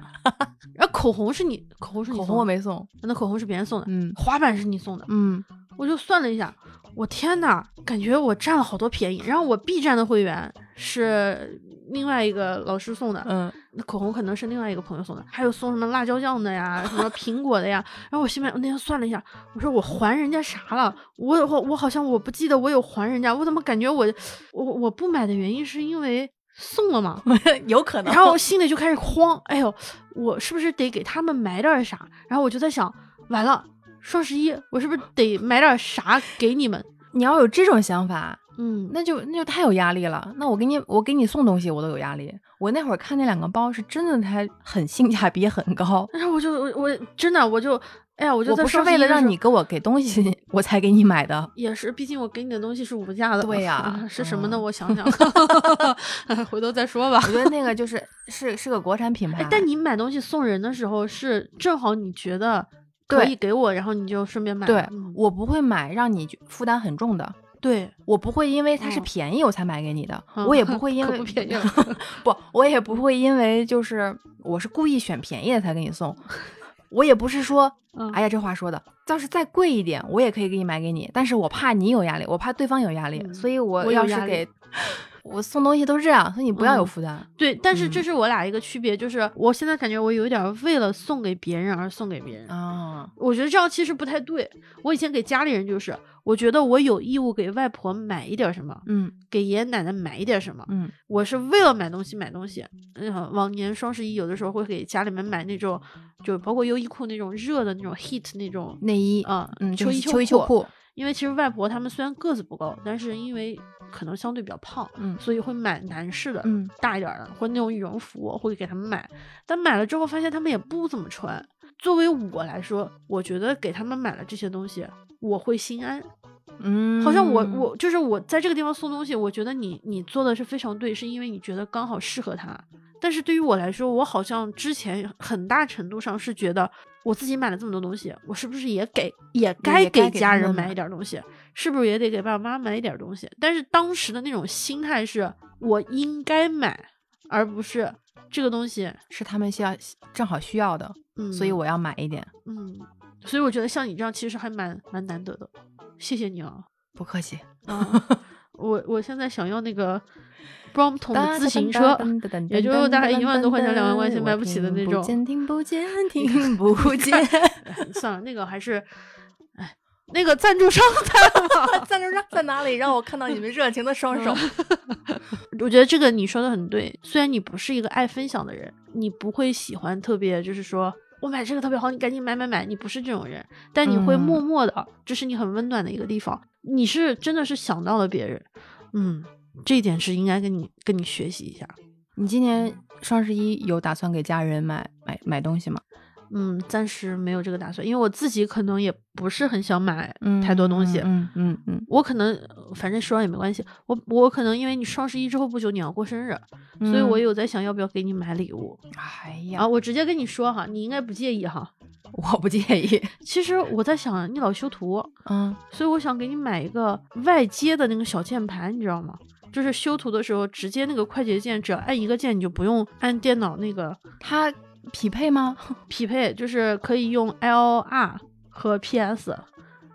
然后口红是你口红是你口送红我的没送，那口红是别人送的，嗯滑板是你送的，嗯，我就算了一下，我天呐，感觉我占了好多便宜。然后我 B 站的会员是另外一个老师送的，嗯， 那口红可能是另外一个朋友送的，还有送什么辣椒酱的呀，什么苹果的呀。然后我心里面我那天算了一下，我说我还人家啥了？我我我好像我不记得我有还人家，我怎么感觉我我我不买的原因是因为送了嘛？有可能然后心里就开始慌，哎呦，我是不是得给他们买点啥？然后我就在想，完了，双十一我是不是得买点啥给你们？你要有这种想法，嗯，那就那就太有压力了。那我给你我给你送东西，我都有压力。我那会儿看那两个包是真的，它很性价比很高。然后我就我我真的我就哎呀，我就我在不是双十为一的了时让候你给我给东西，我才给你买的。也是，毕竟我给你的东西是无价的嘛。对呀嗯 是什么呢？嗯我想想，哎回头再说吧我。觉得那个就是是是个国产品 牌哎，，但你买东西送人的时候是正好你觉得可对以给我，然后你就顺便买了。对嗯我不会买让你觉负担很重的。对，我不会因为它是嗯便宜我才买给你的，嗯我也不会因可为不便宜了 不，我也不会因为就是我是故意选便宜的才给 你送，我也不是说，嗯哎呀，这话说的，要是再贵一点，我也可以给你买给你，但是我怕你有压力，我怕对方有压力，嗯所以我我有要压是力给 我送东西都是这样，所以你不要有嗯负担，对，但是这嗯是我俩一个区别，就是我现在感觉我有一点儿为了送给别人而送给别人。啊，我觉得这样其实不太对。我以前给家里人就是，我觉得我有义务给外婆买一点儿什么，嗯给爷爷奶奶买一点儿什么。嗯我是为了买东西买东西。嗯，往年双十一有的时候会给家里面买那种，就包括优衣库那种热的那种 heat 那种内衣，啊、嗯，就秋是衣秋衣秋裤，因为其实外婆他们虽然个子不高，但是因为可能相对比较胖，嗯所以会买男士的，嗯大一点儿的，或者那种羽绒服，会给他们买。但买了之后发现他们也不怎么穿。作为我来说，我觉得给他们买了这些东西，我会心安。嗯，好像我我就是我在这个地方送东西，我觉得你你做的是非常对，是因为你觉得刚好适合他。但是对于我来说，我好像之前很大程度上是觉得我自己买了这么多东西，我是不是也给也该也该给家他人们买买一点东西？是不是也得给爸爸妈妈买一点东西？但是当时的那种心态是我应该买，而不是这个东西，是他们需要正好需要的，嗯，所以我要买一点，嗯，所以我觉得像你这样其实还蛮蛮难得的，谢谢你啊。不客气。啊，我我现在想要那个 Brompton 的自行车， 也就大概一万多块钱、两万块钱买不起的那种。听不见， 听不 见，哎算了，那个还是，哎，那个赞助商他赞助商在哪里？让我看到你们热情的双手。 我觉得这个你说的很对，虽然你不是一个爱分享的人，你不会喜欢特别就是说。我买这个特别好，你赶紧买买买！你不是这种人，但你会嗯默默的，这是你很温暖的一个地方。你是真的是想到了别人，嗯，这一点是应该跟你跟你学习一下。你今年双十一有打算给家人买买买东西吗？嗯，暂时没有这个打算，因为我自己可能也不是很想买太多东西。嗯嗯嗯我可能反正说也没关系，我我可能因为你双十一之后不久你要过生日，嗯，所以我有在想要不要给你买礼物哎啊。呀，我直接跟你说哈，你应该不介意哈。我不介意。其实我在想你老修图， 嗯，所以我想给你买一个外接的那个小键盘，你知道吗？就是修图的时候，直接那个快捷键，只要按一个键，你就不用按电脑那个它匹配吗？匹配，就是可以用 L R 和 P S，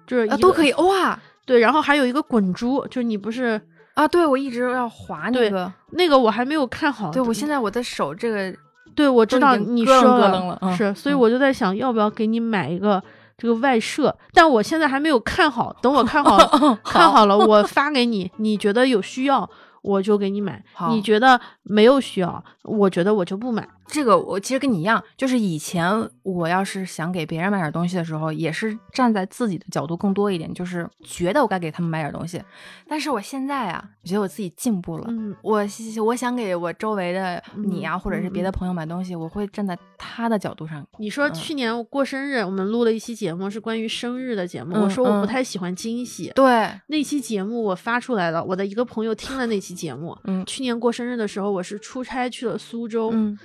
就是一个、啊，都可以哇对，然后还有一个滚珠，就是你不是啊！对，我一直要划那对个。那个我还没有看好。对，我现在我的手这个对我都知已道经你咯说楞咯楞了嗯是，所以嗯我就在想要不要给你买一个这个外设，但我现在还没有看好，等我 看好看好了，我发给你，你觉得有需要。我就给你买，好你觉得没有需要，我觉得我就不买。这个我其实跟你一样，就是以前我要是想给别人买点东西的时候，也是站在自己的角度更多一点，就是觉得我该给他们买点东西。但是我现在啊，我觉得我自己进步了。嗯，我希我想给我周围的你呀、嗯或者是别的朋友买东西，我会站在他的角度上。你说嗯去年我过生日，我们录了一期节目，是关于生日的节目。我嗯说我不嗯太喜欢惊喜，对，那期节目我发出来了，我的一个朋友听了那期节目。嗯去年过生日的时候，我是出差去了苏州，嗯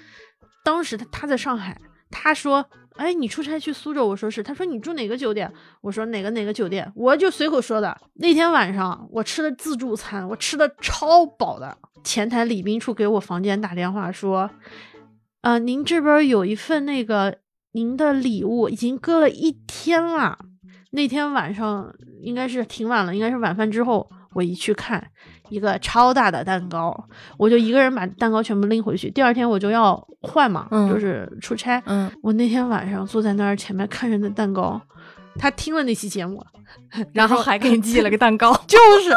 当时他他在上海，他说：“哎，你出差去苏州？”我说是。他说：“你住哪个酒店？”我说：“哪个哪个酒店？”我就随口说的。那天晚上我吃的自助餐，我吃的超饱的。前台礼宾处给我房间打电话说：“呃，您这边有一份那个您的礼物已经搁了一天了。”那天晚上应该是挺晚了，应该是晚饭之后，我一去看，一个超大的蛋糕，我就一个人把蛋糕全部拎回去。第二天我就要换嘛，嗯就是出差。嗯，我那天晚上坐在那儿前面看着那蛋糕，他听了那期节目，然后 还给你寄了个蛋糕，就是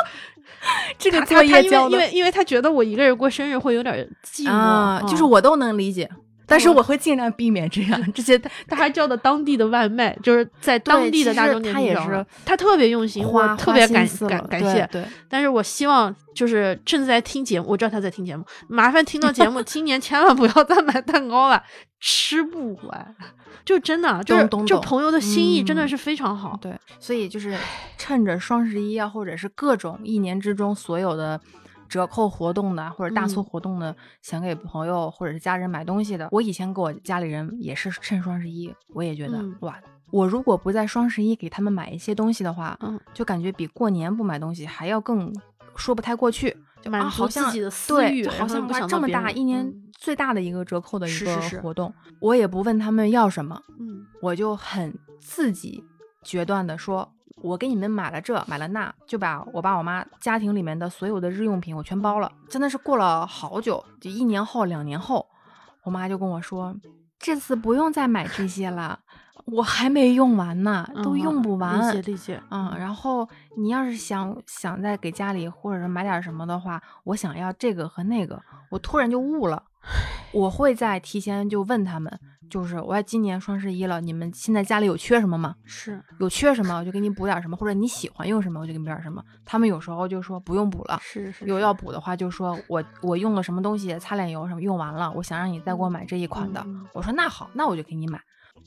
这个他作他他业因为交因的为因为他觉得我一个人过生日会有点寂寞啊，就是嗯我都能理解。但是我会尽量避免这样这些 他还叫的当地的外卖，就是在当地的大众点其评实他上也了是他特别用心，花我特别花感心思感了感对谢。对，但是我希望就是正在听节目，我知道他在听节目，麻烦听到 节目，今年千万不要再买蛋糕了，吃不完。就真的就是懂懂就懂朋友的心意真的嗯是非常好。对，所以就是趁着双十一啊，或者是各种一年之中所有的折扣活动的啊，或者大促嗯活动的，想给朋友或者是家人买东西的，我以前给我家里人也是趁双十一，我也觉得、嗯哇，我如果不在双十一给他们买一些东西的话，嗯，就感觉比过年不买东西还要更说不太过去。就满啊，足好像自己的私欲对，就然好后像不哇想这到么别人大一年嗯最大的一个折扣的一是个是是活动，我也不问他们要什么，嗯，我就很自己决断的说，我给你们买了这，买了那，就把我爸我妈家庭里面的所有的日用品我全包了。真的是过了好久，就一年后、两年后，我妈就跟我说，这次不用再买这些了，我还没用完呢，都嗯用不完。理解理解。嗯，然后你要是想想再给家里或者是买点什么的话，我想要这个和那个，我突然就悟了，我会在提前就问他们，就是我要今年双十一了，你们现在家里有缺什么吗？是有缺什么我就给你补点什么，或者你喜欢用什么我就给你补点什么。他们有时候就说不用补了，是是有是要补的话就说我我用了什么东西，擦脸油什么用完了，我想让你再给我买这一款的嗯嗯。我说那好，那我就给你买，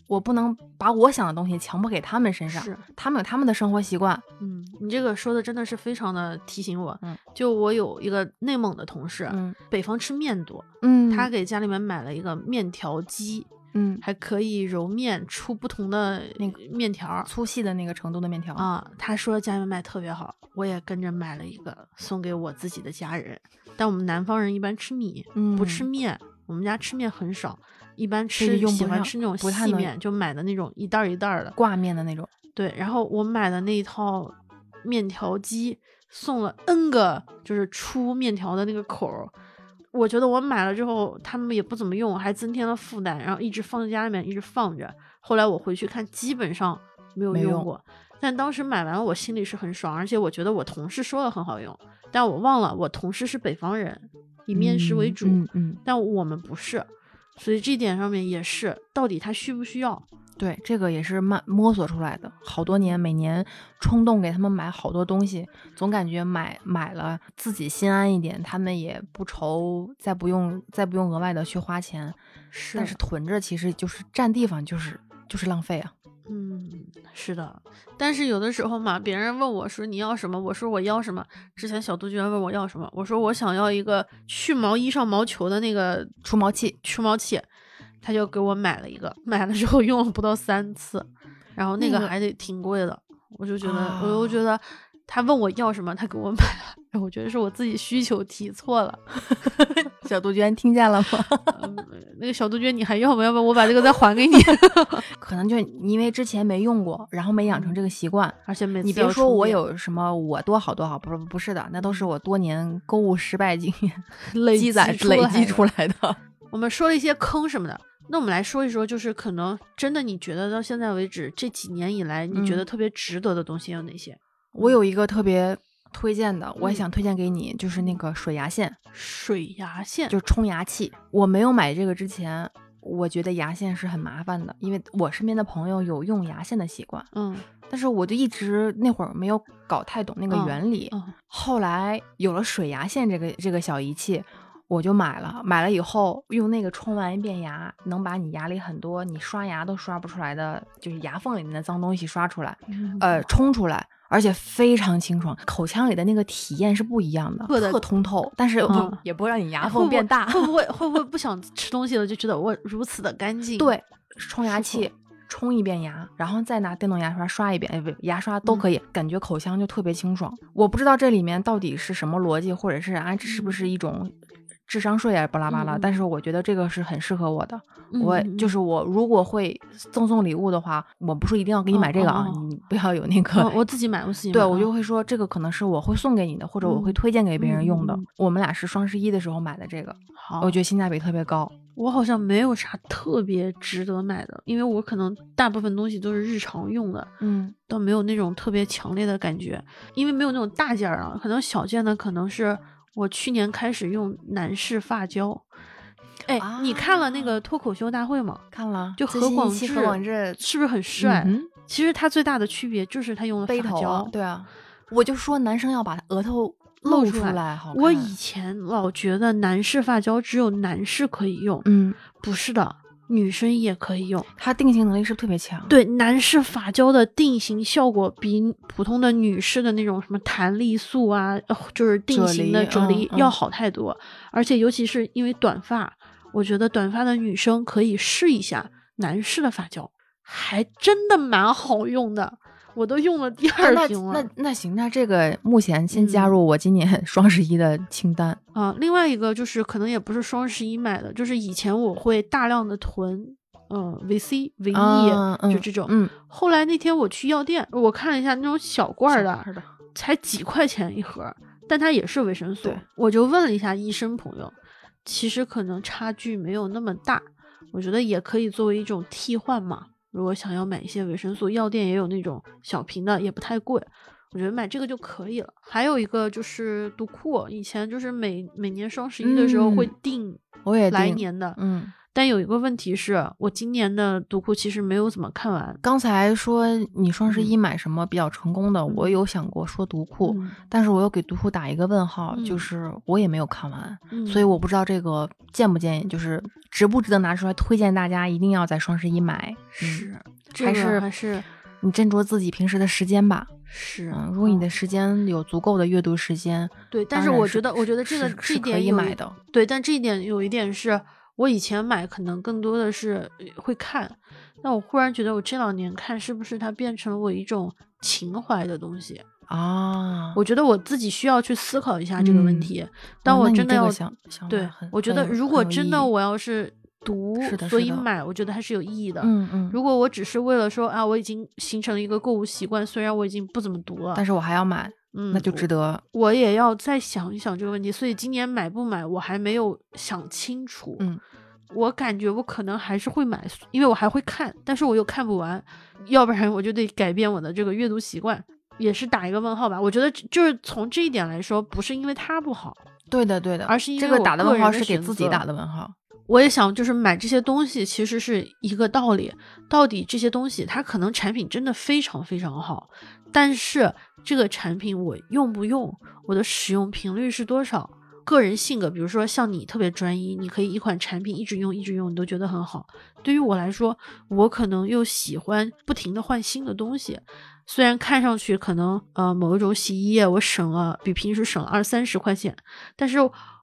我不能把我想的东西强迫给他们身上。是，他们有他们的生活习惯，嗯，你这个说的真的是非常的提醒我。嗯，就我有一个内蒙的同事，嗯北方吃面多，嗯他给家里面买了一个面条机，嗯还可以揉面出不同的那个面条儿。粗细的那个程度的面条，啊、他说家里面卖特别好，我也跟着买了一个送给我自己的家人。但我们南方人一般吃米，不吃嗯面，我们家吃面很少，一般所以吃用喜不欢上吃那种不太细能面，就买的那种一袋儿一袋儿的。挂面的那种，对，然后我买的那一套面条机送了 N 个，就是出面条的那个口儿。我觉得我买了之后，他们也不怎么用，还增添了负担，然后一直放在家里面，一直放着。后来我回去看，基本上没有没用用过。但当时买完，我心里是很爽，而且我觉得我同事说了很好用，但我忘了我同事是北方人，以面食为嗯主，嗯嗯，但我们不是，所以这点上面也是，到底他需不需要？对，这个也是慢摸索出来的，好多年，每年冲动给他们买好多东西，总感觉买买了自己心安一点，他们也不愁再不用再不用额外的去花钱，是但是囤着其实就是占地方，就是就是浪费啊，嗯，是的，但是有的时候嘛，别人问我说你要什么，我说我要什么。之前小杜居然问我要什么，我说我想要一个去毛衣上毛球的那个除毛器。除毛器，他就给我买了一个，买了之后用了不到三次，然后那那个个还得挺贵的，我就觉得，我啊就觉得他问我要什么，他给我买了，哎我觉得是我自己需求提错了。小杜鹃听见了吗？那个小杜鹃，你还要不要不要我把这个再还给你？ 可能就你因为之前没用过，然后没养成这个习惯，而且每次你别要说出我面有什么我多好多好，不是不是的，那都是我多年购物失败经验累积攒出累来积的出来的。我们说了一些坑什么的，那我们来说一说，就是可能真的你觉得到现在为止这几年以来，你觉嗯得特别值得的东西有哪些？我有一个特别推荐的，我嗯也想推荐给你，就是那个水牙线，水牙线，就是冲牙器。我没有买这个之前，我觉得牙线是很麻烦的，因为我身边的朋友有用牙线的习惯，嗯但是我就一直那会儿没有搞太懂那个嗯原理。嗯后来有了水牙线这个这个小仪器，我就买了。买了以后用那个冲完一遍牙，能把你牙里很多你刷牙都刷不出来的，就是牙缝里面的脏东西刷出来，嗯呃，冲出来。而且非常清爽，口腔里的那个体验是不一样的，特的特通透，但是又嗯也不会让你牙哎缝变大。会不 会会不会会不会不想吃东西了就觉得我如此的干净？对，冲牙舒器冲一遍牙，然后再拿电动牙刷刷一遍，哎，不，牙刷嗯都可以，感觉口腔就特别清爽。我不知道这里面到底是什么逻辑，或者是啊，这是不嗯是一种智商税啊，巴拉巴嗯拉。嗯但是我觉得这个是很适合我的。嗯，我嗯就嗯是我，如果会赠送礼物的话，我不是一定要给你买这个啊，哦哦哦你不要有那个。哦我自己买，我自己买对，啊我就会说这个可能是我会送给你的，或者我会嗯推荐给别人用的。嗯嗯哦嗯我们俩是双十一的时候买的这个，好，我觉得性价比特别高。我好像没有啥特别值得买的，因为我可能大部分东西都是日常用的，嗯，倒没有那种特别强烈的感觉，因为没有那种大件儿啊，可能小件的可能是我去年开始用男士发胶，哎，你看了那啊个脱口秀大会吗？看了，就最何新一广期智何广智是不是很帅？嗯哼其实他最大的区别就是他用了背发头胶。啊，对啊，我就说男生要把额头露露出来来，好看。啊我以前老觉得男士发胶只有男士可以用，嗯，不是的，女生也可以用。他定型能力是不是特别强，，对，男士发胶的定型效果比普通的女士的那种什么弹力素啊，呃就是定啫型的喱啫嗯喱嗯要好太多。而且尤其是因为短发，我觉得短发的女生可以试一下男士的发胶，还真的蛮好用的。我都用了第啊、二那瓶了那那行，那这个目前先加嗯入我今年 双十一的清单。啊、另外一个就是可能也不是双十一买的，就是以前我会大量的囤，嗯、VC、维 E、啊就嗯这种。嗯，后来那天我去药店，我看了一下那种小罐儿小的，罐儿的才几块钱一盒，但它也是维生素对。我就问了一下医生朋友，其实可能差距没有那么大，我觉得也可以作为一种替换嘛。如果想要买一些维生素，药店也有那种小瓶的，也不太贵。我觉得买这个就可以了。还有一个就是读库，以前就是每每年双十一的时候会嗯定我也来定年的，嗯，但有一个问题是我今年的读库其实没有怎么看完。刚才说你双十一买什么比较成功的，我有想过说读库，嗯但是我又给读库打一个问号，嗯就是我也没有看完，嗯所以我不知道这个建不建议，就是值不值得拿出来推荐大家一定要在双十一买，嗯是，啊这还个是还是你斟酌自己平时的时间吧。是嗯，如果你嗯的时间有足够的阅读时间，对，但当是然我是觉得，我觉得这是个是这是一可点以有买一的对，但这一点有一点是我以前买可能更多的是呃会看，但我忽然觉得我这两年看是不是它变成了我一种情怀的东西？啊，哦我觉得我自己需要去思考一下这个问嗯题。哦当我那你真的这个要想想对法很，我觉很得有如果很有真意的义我要是读是的，所是以的买，我觉得还是有意义的。嗯嗯，如果我只是为了说啊，我已经形成了一个购物习惯，虽然我已经不怎么读了，但是我还要买，嗯，那就值得。我也要再想一想这个问题，所以今年买不买，我还没有想清楚。嗯，我感觉我可能还是会买，因为我还会看，但是我又看不完，要不然我就得改变我的这个阅读习惯，也是打一个问号吧。我觉得这就是从这一点来说，不是因为它不好，对的，对的，而是因这为个我打的个问人号的是给选自己择打的问号。我也想，就是买这些东西其实是一个道理。到底这些东西它可能产品真的非常非常好，但是这个产品我用不用，我的使用频率是多少，个人性格，比如说像你特别专一，你可以一款产品一直用一直用，你都觉得很好。对于我来说，我可能又喜欢不停的换新的东西，虽然看上去可能呃某一种洗衣液我省了比平时省了二三十块钱，但是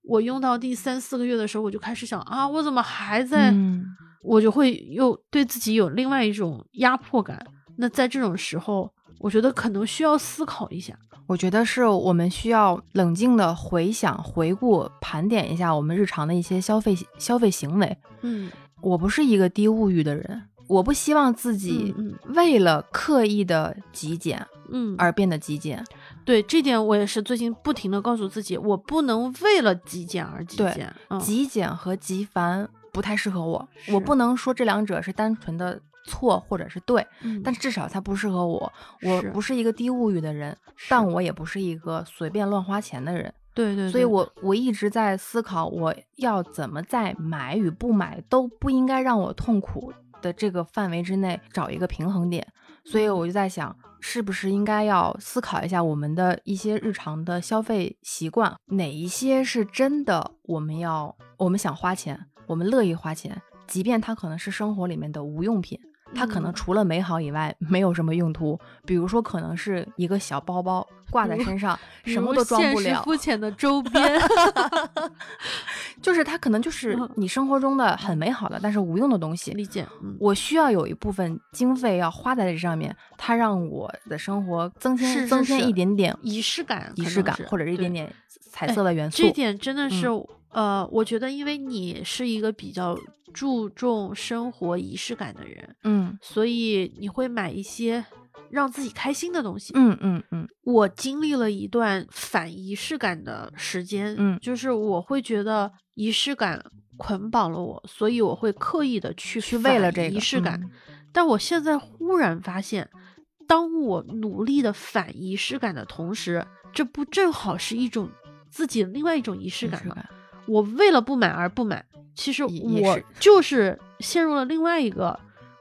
我用到第三四个月的时候，我就开始想啊，我怎么还在？嗯我就会又对自己有另外一种压迫感。那在这种时候，我觉得可能需要思考一下。我觉得是我们需要冷静的回想、回顾、盘点一下我们日常的一些消费消费行为。嗯我不是一个低物欲的人，我不希望自己嗯为了刻意的极简嗯，而变得极简。对这点我也是最近不停的告诉自己，我不能为了极简而极对简。嗯极简和极繁不太适合我，是我不能说这两者是单纯的错或者是对，嗯但是至少它不适合我。我是不是一个低物欲的人，但我也不是一个随便乱花钱的人，对对，所以对我我一直在思考，我要怎么在买与不买都不应该让我痛苦的这个范围之内找一个平衡点。所以嗯我就在想，是不是应该要思考一下我们的一些日常的消费习惯，哪一些是真的我们要我们想花钱，我们乐意花钱，即便它可能是生活里面的无用品。它可能嗯除了美好以外没有什么用途，比如说可能是一个小包包挂在比如身上，比什么如都装现不实了。肤浅的周 边，就是它可能就是嗯你生活中的很美好的，但是无用的东西。理解。嗯，我需要有一部分经费要花在这上面，它让我的生活增添是是增添是一点点仪式感仪可式能感，是或者是一对哎点点彩色的元素。这点真的是、嗯呃，我觉得因为你是一个比较注重生活仪式感的人，嗯所以你会买一些让自己开心的东西。嗯嗯嗯我经历了一段反仪式感的时间，嗯就是我会觉得仪式感捆绑了我，所以我会刻意的去去为了这个仪式感。嗯但我现在忽然发现，当我努力的反仪式感的同时，这不正好是一种自己另外一种仪式仪感式吗？感。我为了不买而不买，其实也也我是就是陷入了另外一个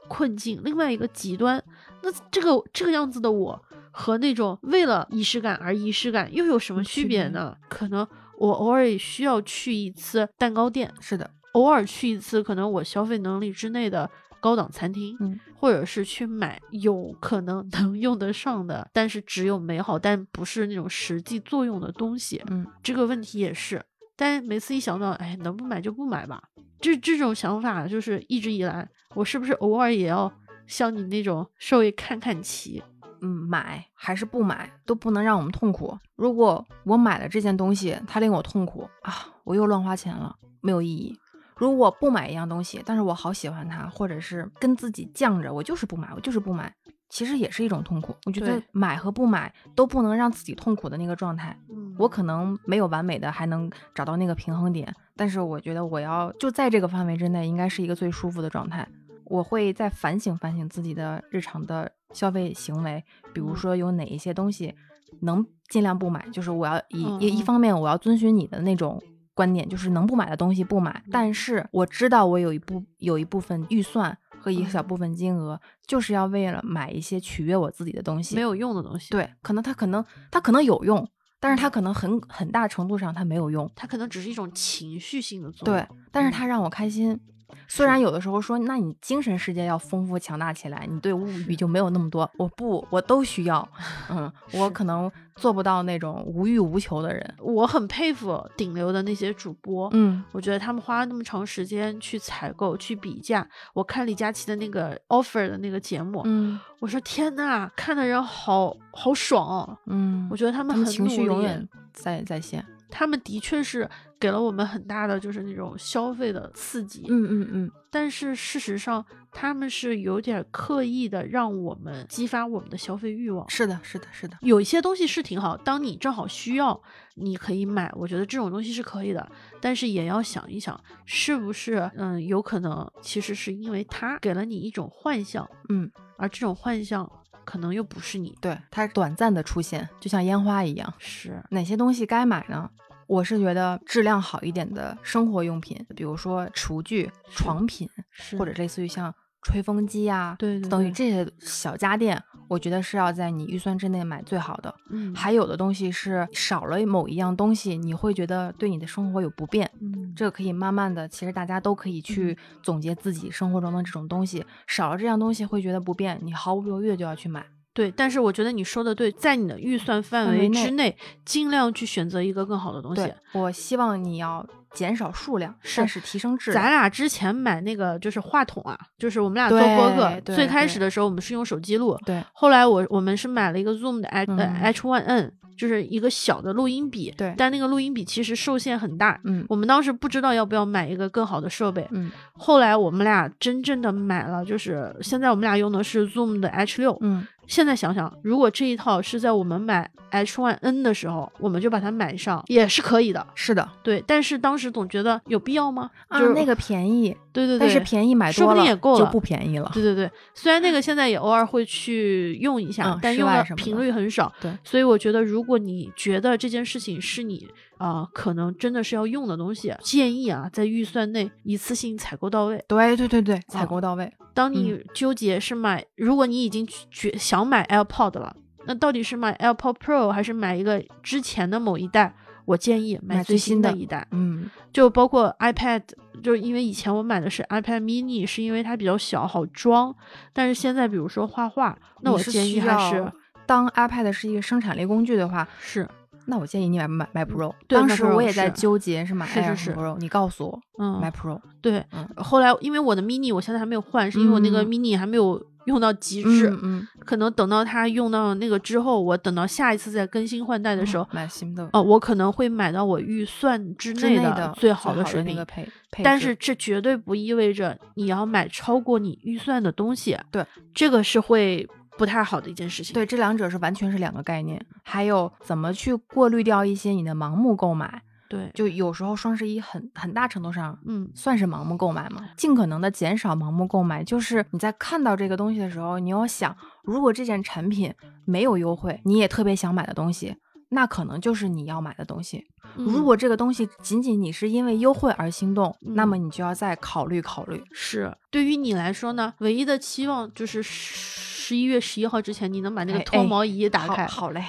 困境，另外一个极端。那这个这个样子的我和那种为了仪式感而仪式感又有什么嗯区区别别呢？可能我偶尔也需要去一次蛋糕店，是的，偶尔去一次可能我消费能力之内的高档餐厅，嗯或者是去买有可能 能用得上的，但是只有美好但不是那种实际作用的东西。嗯，这个问题也是，但每次一想到，哎，能不买就不买吧，这这种想法就是一直以来，我是不是偶尔也要像你那种稍微看看齐？嗯，买还是不买都不能让我们痛苦。如果我买了这件东西，它令我痛苦啊，我又乱花钱了，没有意义。如果不买一样东西，但是我好喜欢它，或者是跟自己犟着，我就是不买，我就是不买，其实也是一种痛苦。我觉得对买和不买都不能让自己痛苦的那个状态。嗯我可能没有完美的，还能找到那个平衡点，但是我觉得我要就在这个范围之内，应该是一个最舒服的状态。我会再反省反省自己的日常的消费行为，比如嗯说有哪一些东西能尽量不买，就是我要一嗯一一嗯方面我要遵循你的那种观点，就是能不买的东西不嗯买，但是我知道我有一部有一部分预算和一嗯小部分金额，就是要为了买一些取悦我自己的东西，没有用的东西，，对，可能它可能它可能有用，但是它可能很很大程度上它没有用。它可能只是一种情绪性的作用。对，但是嗯它让我开心。虽然有的时候说，那你精神世界要丰富强大起来，你对物欲就没有那么多。我不，我都需要。嗯，我是可能做不到那种无欲无求的人。我很佩服顶流的那些主播，嗯，我觉得他们花了那么长时间去采购、去比价。我看李佳琦的那个 offer 的那个节目，嗯我说天呐，看的人好好爽哦、嗯，我觉得他们他很们情绪努永力远在在线。他们的确是给了我们很大的就是那种消费的刺激。嗯嗯嗯，但是事实上，他们是有点刻意的让我们激发我们的消费欲望。是的，是的，是的。有一些东西是挺好，当你正好需要，你可以买。我觉得这种东西是可以的，但是也要想一想，是不是嗯，有可能其实是因为它给了你一种幻象，嗯，而这种幻象可能又不是你。对，它短暂的出现，就像烟花一样。是，哪些东西该买呢？我是觉得质量好一点的生活用品，比如说厨具、床品，是或者类似于像吹风机呀、对对等于对这些小家电，我觉得是要在你预算之内买最好的。嗯，还有的东西是少了某一样东西，你会觉得对你的生活有不便。嗯，这个可以慢慢的，其实大家都可以去总结自己生活中的这种东西，少了这样东西会觉得不便，你毫不犹豫地就要去买。对。但是我觉得你说的对，在你的预算范范围围之内内，尽量去选择一个更好的东西对。，我希望你要减少数量，是但是提升质嗯量。咱俩之前买那个就是话筒啊，就是我们俩做对播客，对最开始对的时候我们是用手机录，对后来我我们是买了一个 Zoom 的 H、呃嗯 H One N，就是一个小的录音笔。对但那个录音笔其实受限很大。嗯我们当时不知道要不要买一个更好的设备，嗯后来我们俩真正的买了，就是现在我们俩用的是 Zoom 的 H 六、嗯，现在想想，如果这一套是在我们买 H One N 的时候，我们就把它买上，也是可以的。是的对，但是当时总觉得有必要吗？啊就是，那个便宜，对对对，但是便宜买说多不定了也够就了不便宜了。对对对，虽然那个现在也偶尔会去用一下，嗯但室用外的什么频的率很少。对，所以我觉得，如果你觉得这件事情是你啊、可能真的是要用的东西，建议啊，在预算内一次性采购到位。对对对对，嗯采购到位。当嗯你纠结是买，如果你已经决想买 AirPod 了，那到底是买 AirPod Pro 还是买一个之前的某一代？我建议买买最最新新的的一代，嗯，就包括 iPad，就是因为以前我买的是 iPad mini，是因为它比较小好装，但是现在比如说画画，那你我是建需议还是要当 iPad 是一个生产力工具的话，是，那我建议你买买买 Pro。对当买时 Pro，我也在是纠结是买是 Air 是和是 Pro，你告诉我买嗯， Pro。对嗯。后来因为我的 mini 我现在还没有换，是因为我那个嗯 mini 还没有用到极致，嗯嗯，可能等到它用到那个之后，我等到下一次再更新换代的时候，嗯买新的哦、我可能会买到我预算之之内内的最好的水那平。个配配置。但是这绝对不意味着你要买超过你预算的东西，对，这个是会不太好的一件事情。对，这两者是完全是两个概念。还有怎么去过滤掉一些你的盲目购买？对，就有时候双十一很很大程度上嗯，算是盲目购买吗？尽可能的减少盲目购买，就是你在看到这个东西的时候，你要想，如果这件产品没有优惠，你也特别想买的东西，那可能就是你要买的东西。如果这个东西仅仅你是因为优惠而心动，那嗯么你就要再考虑考虑。是对于你来说呢，唯一的期望就是十一月十一号之前，你能把那个哎脱哎毛仪打开。好好 嘞，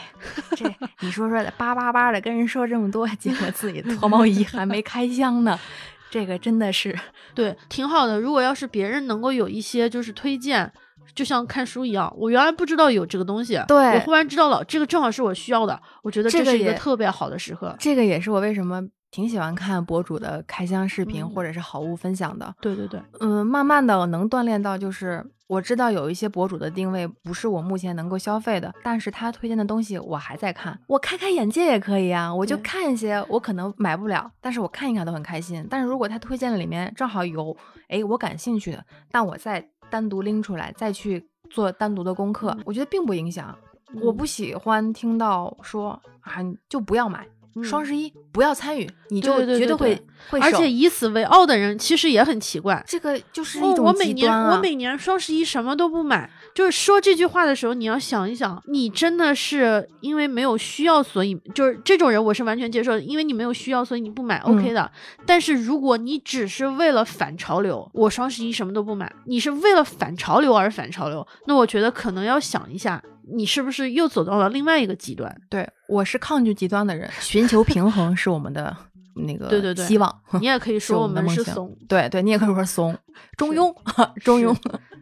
这你说说叭叭叭的跟人说这么多，结 果自己脱毛仪还没开箱呢，这个真 的是对，挺好的。如果要是别人能够有一些就是推荐，就像看书一样，我原来不知道有这个东西，对我忽然知道了，这个正好是我需要的，我觉得这这个是一个也特别好的时刻。这个也是我为什么挺喜欢看博主的开箱视频嗯或者是好物分享的。对对对，嗯，慢慢的我能锻炼到，就是我知道有一些博主的定位不是我目前能够消费的，但是他推荐的东西我还在看，我开开眼界也可以啊，我就对看一些我可能买不了，但是我看一看都很开心。但是如果他推荐的里面正好有，哎，我感兴趣的，但我再单独拎出来再去做单独的功课，嗯我觉得并不影响。我不喜欢听到说啊，你就不要买。双嗯十一不要参与，你就对对绝对会对会而手且以此为傲的人其实也很奇怪。这个就是哦一种我极每年、端啊我每年双十一什么都不买，就是说这句话的时候，你要想一想，你真的是因为没有需要，所以就是这种人，我是完全接受的，因为你没有需要，所以你不买、嗯 o k 的。但是如果你只是为了反潮流，我双十一什么都不买，你是为了反潮流而反潮流，那我觉得可能要想一下，你是不是又走到了另外一个极端？对，我是抗拒极端的人，寻求平衡是我 们的那个对对对希望。 你也可以是说我我们的们梦是想怂。对对，你也可以说怂，中是庸，中庸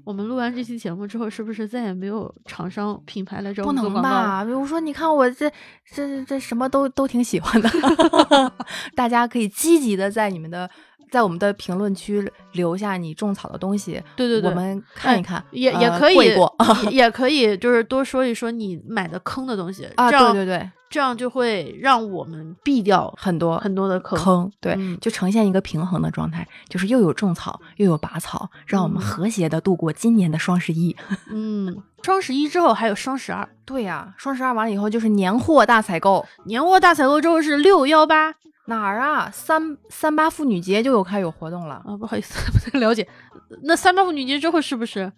我们录完这期节目之后，是不是再也没有厂商品牌来找不我们做能广告了？吧？比如说，你看我这这这什么都都挺喜欢的， 大家可以积极的在你们的在我们的评论区留下你种草的东西，对对对，我们看一哎看，也也呃可以，过一过也 也可以，就是多说一说你买的坑的东西啊，这样对对对，这样就会让我们避掉很多很多的坑。坑，对，嗯就呈现一个平衡的状态，就是又有种草，又有拔草，让我们嗯和谐的度过今年的双十一。嗯，双十一之后还有双十二，对呀、双十二完了以后就是年货大采购，年货大采购之后是六幺八哪儿啊？三三八妇女节就有开有活动了，啊，不好意思，不 太了解。那三八妇女节之后是不是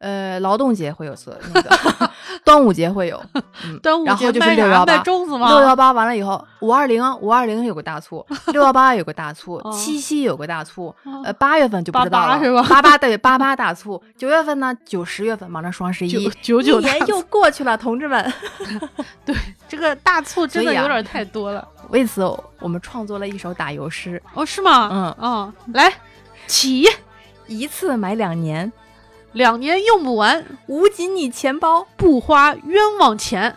呃，劳动节会有色，那个 端午节会有，嗯、端午然后节就是卖六啥幺卖八。粽子吗？六幺八完了以后，五二零五二零有个 大促，六幺八有个大促，哦七夕有个大促，哦呃，八月份就不知道八了，八是吧八八对八八大促，九月份呢，九十月份忙着双十一，九九一大年促又过去了，同 志们。这个大促真所的以啊有点太多了。为此，我们创作了一首打油诗：哦，是吗？嗯哦，来起，一次买两年，两年用不完，捂紧你钱包，不花冤枉钱。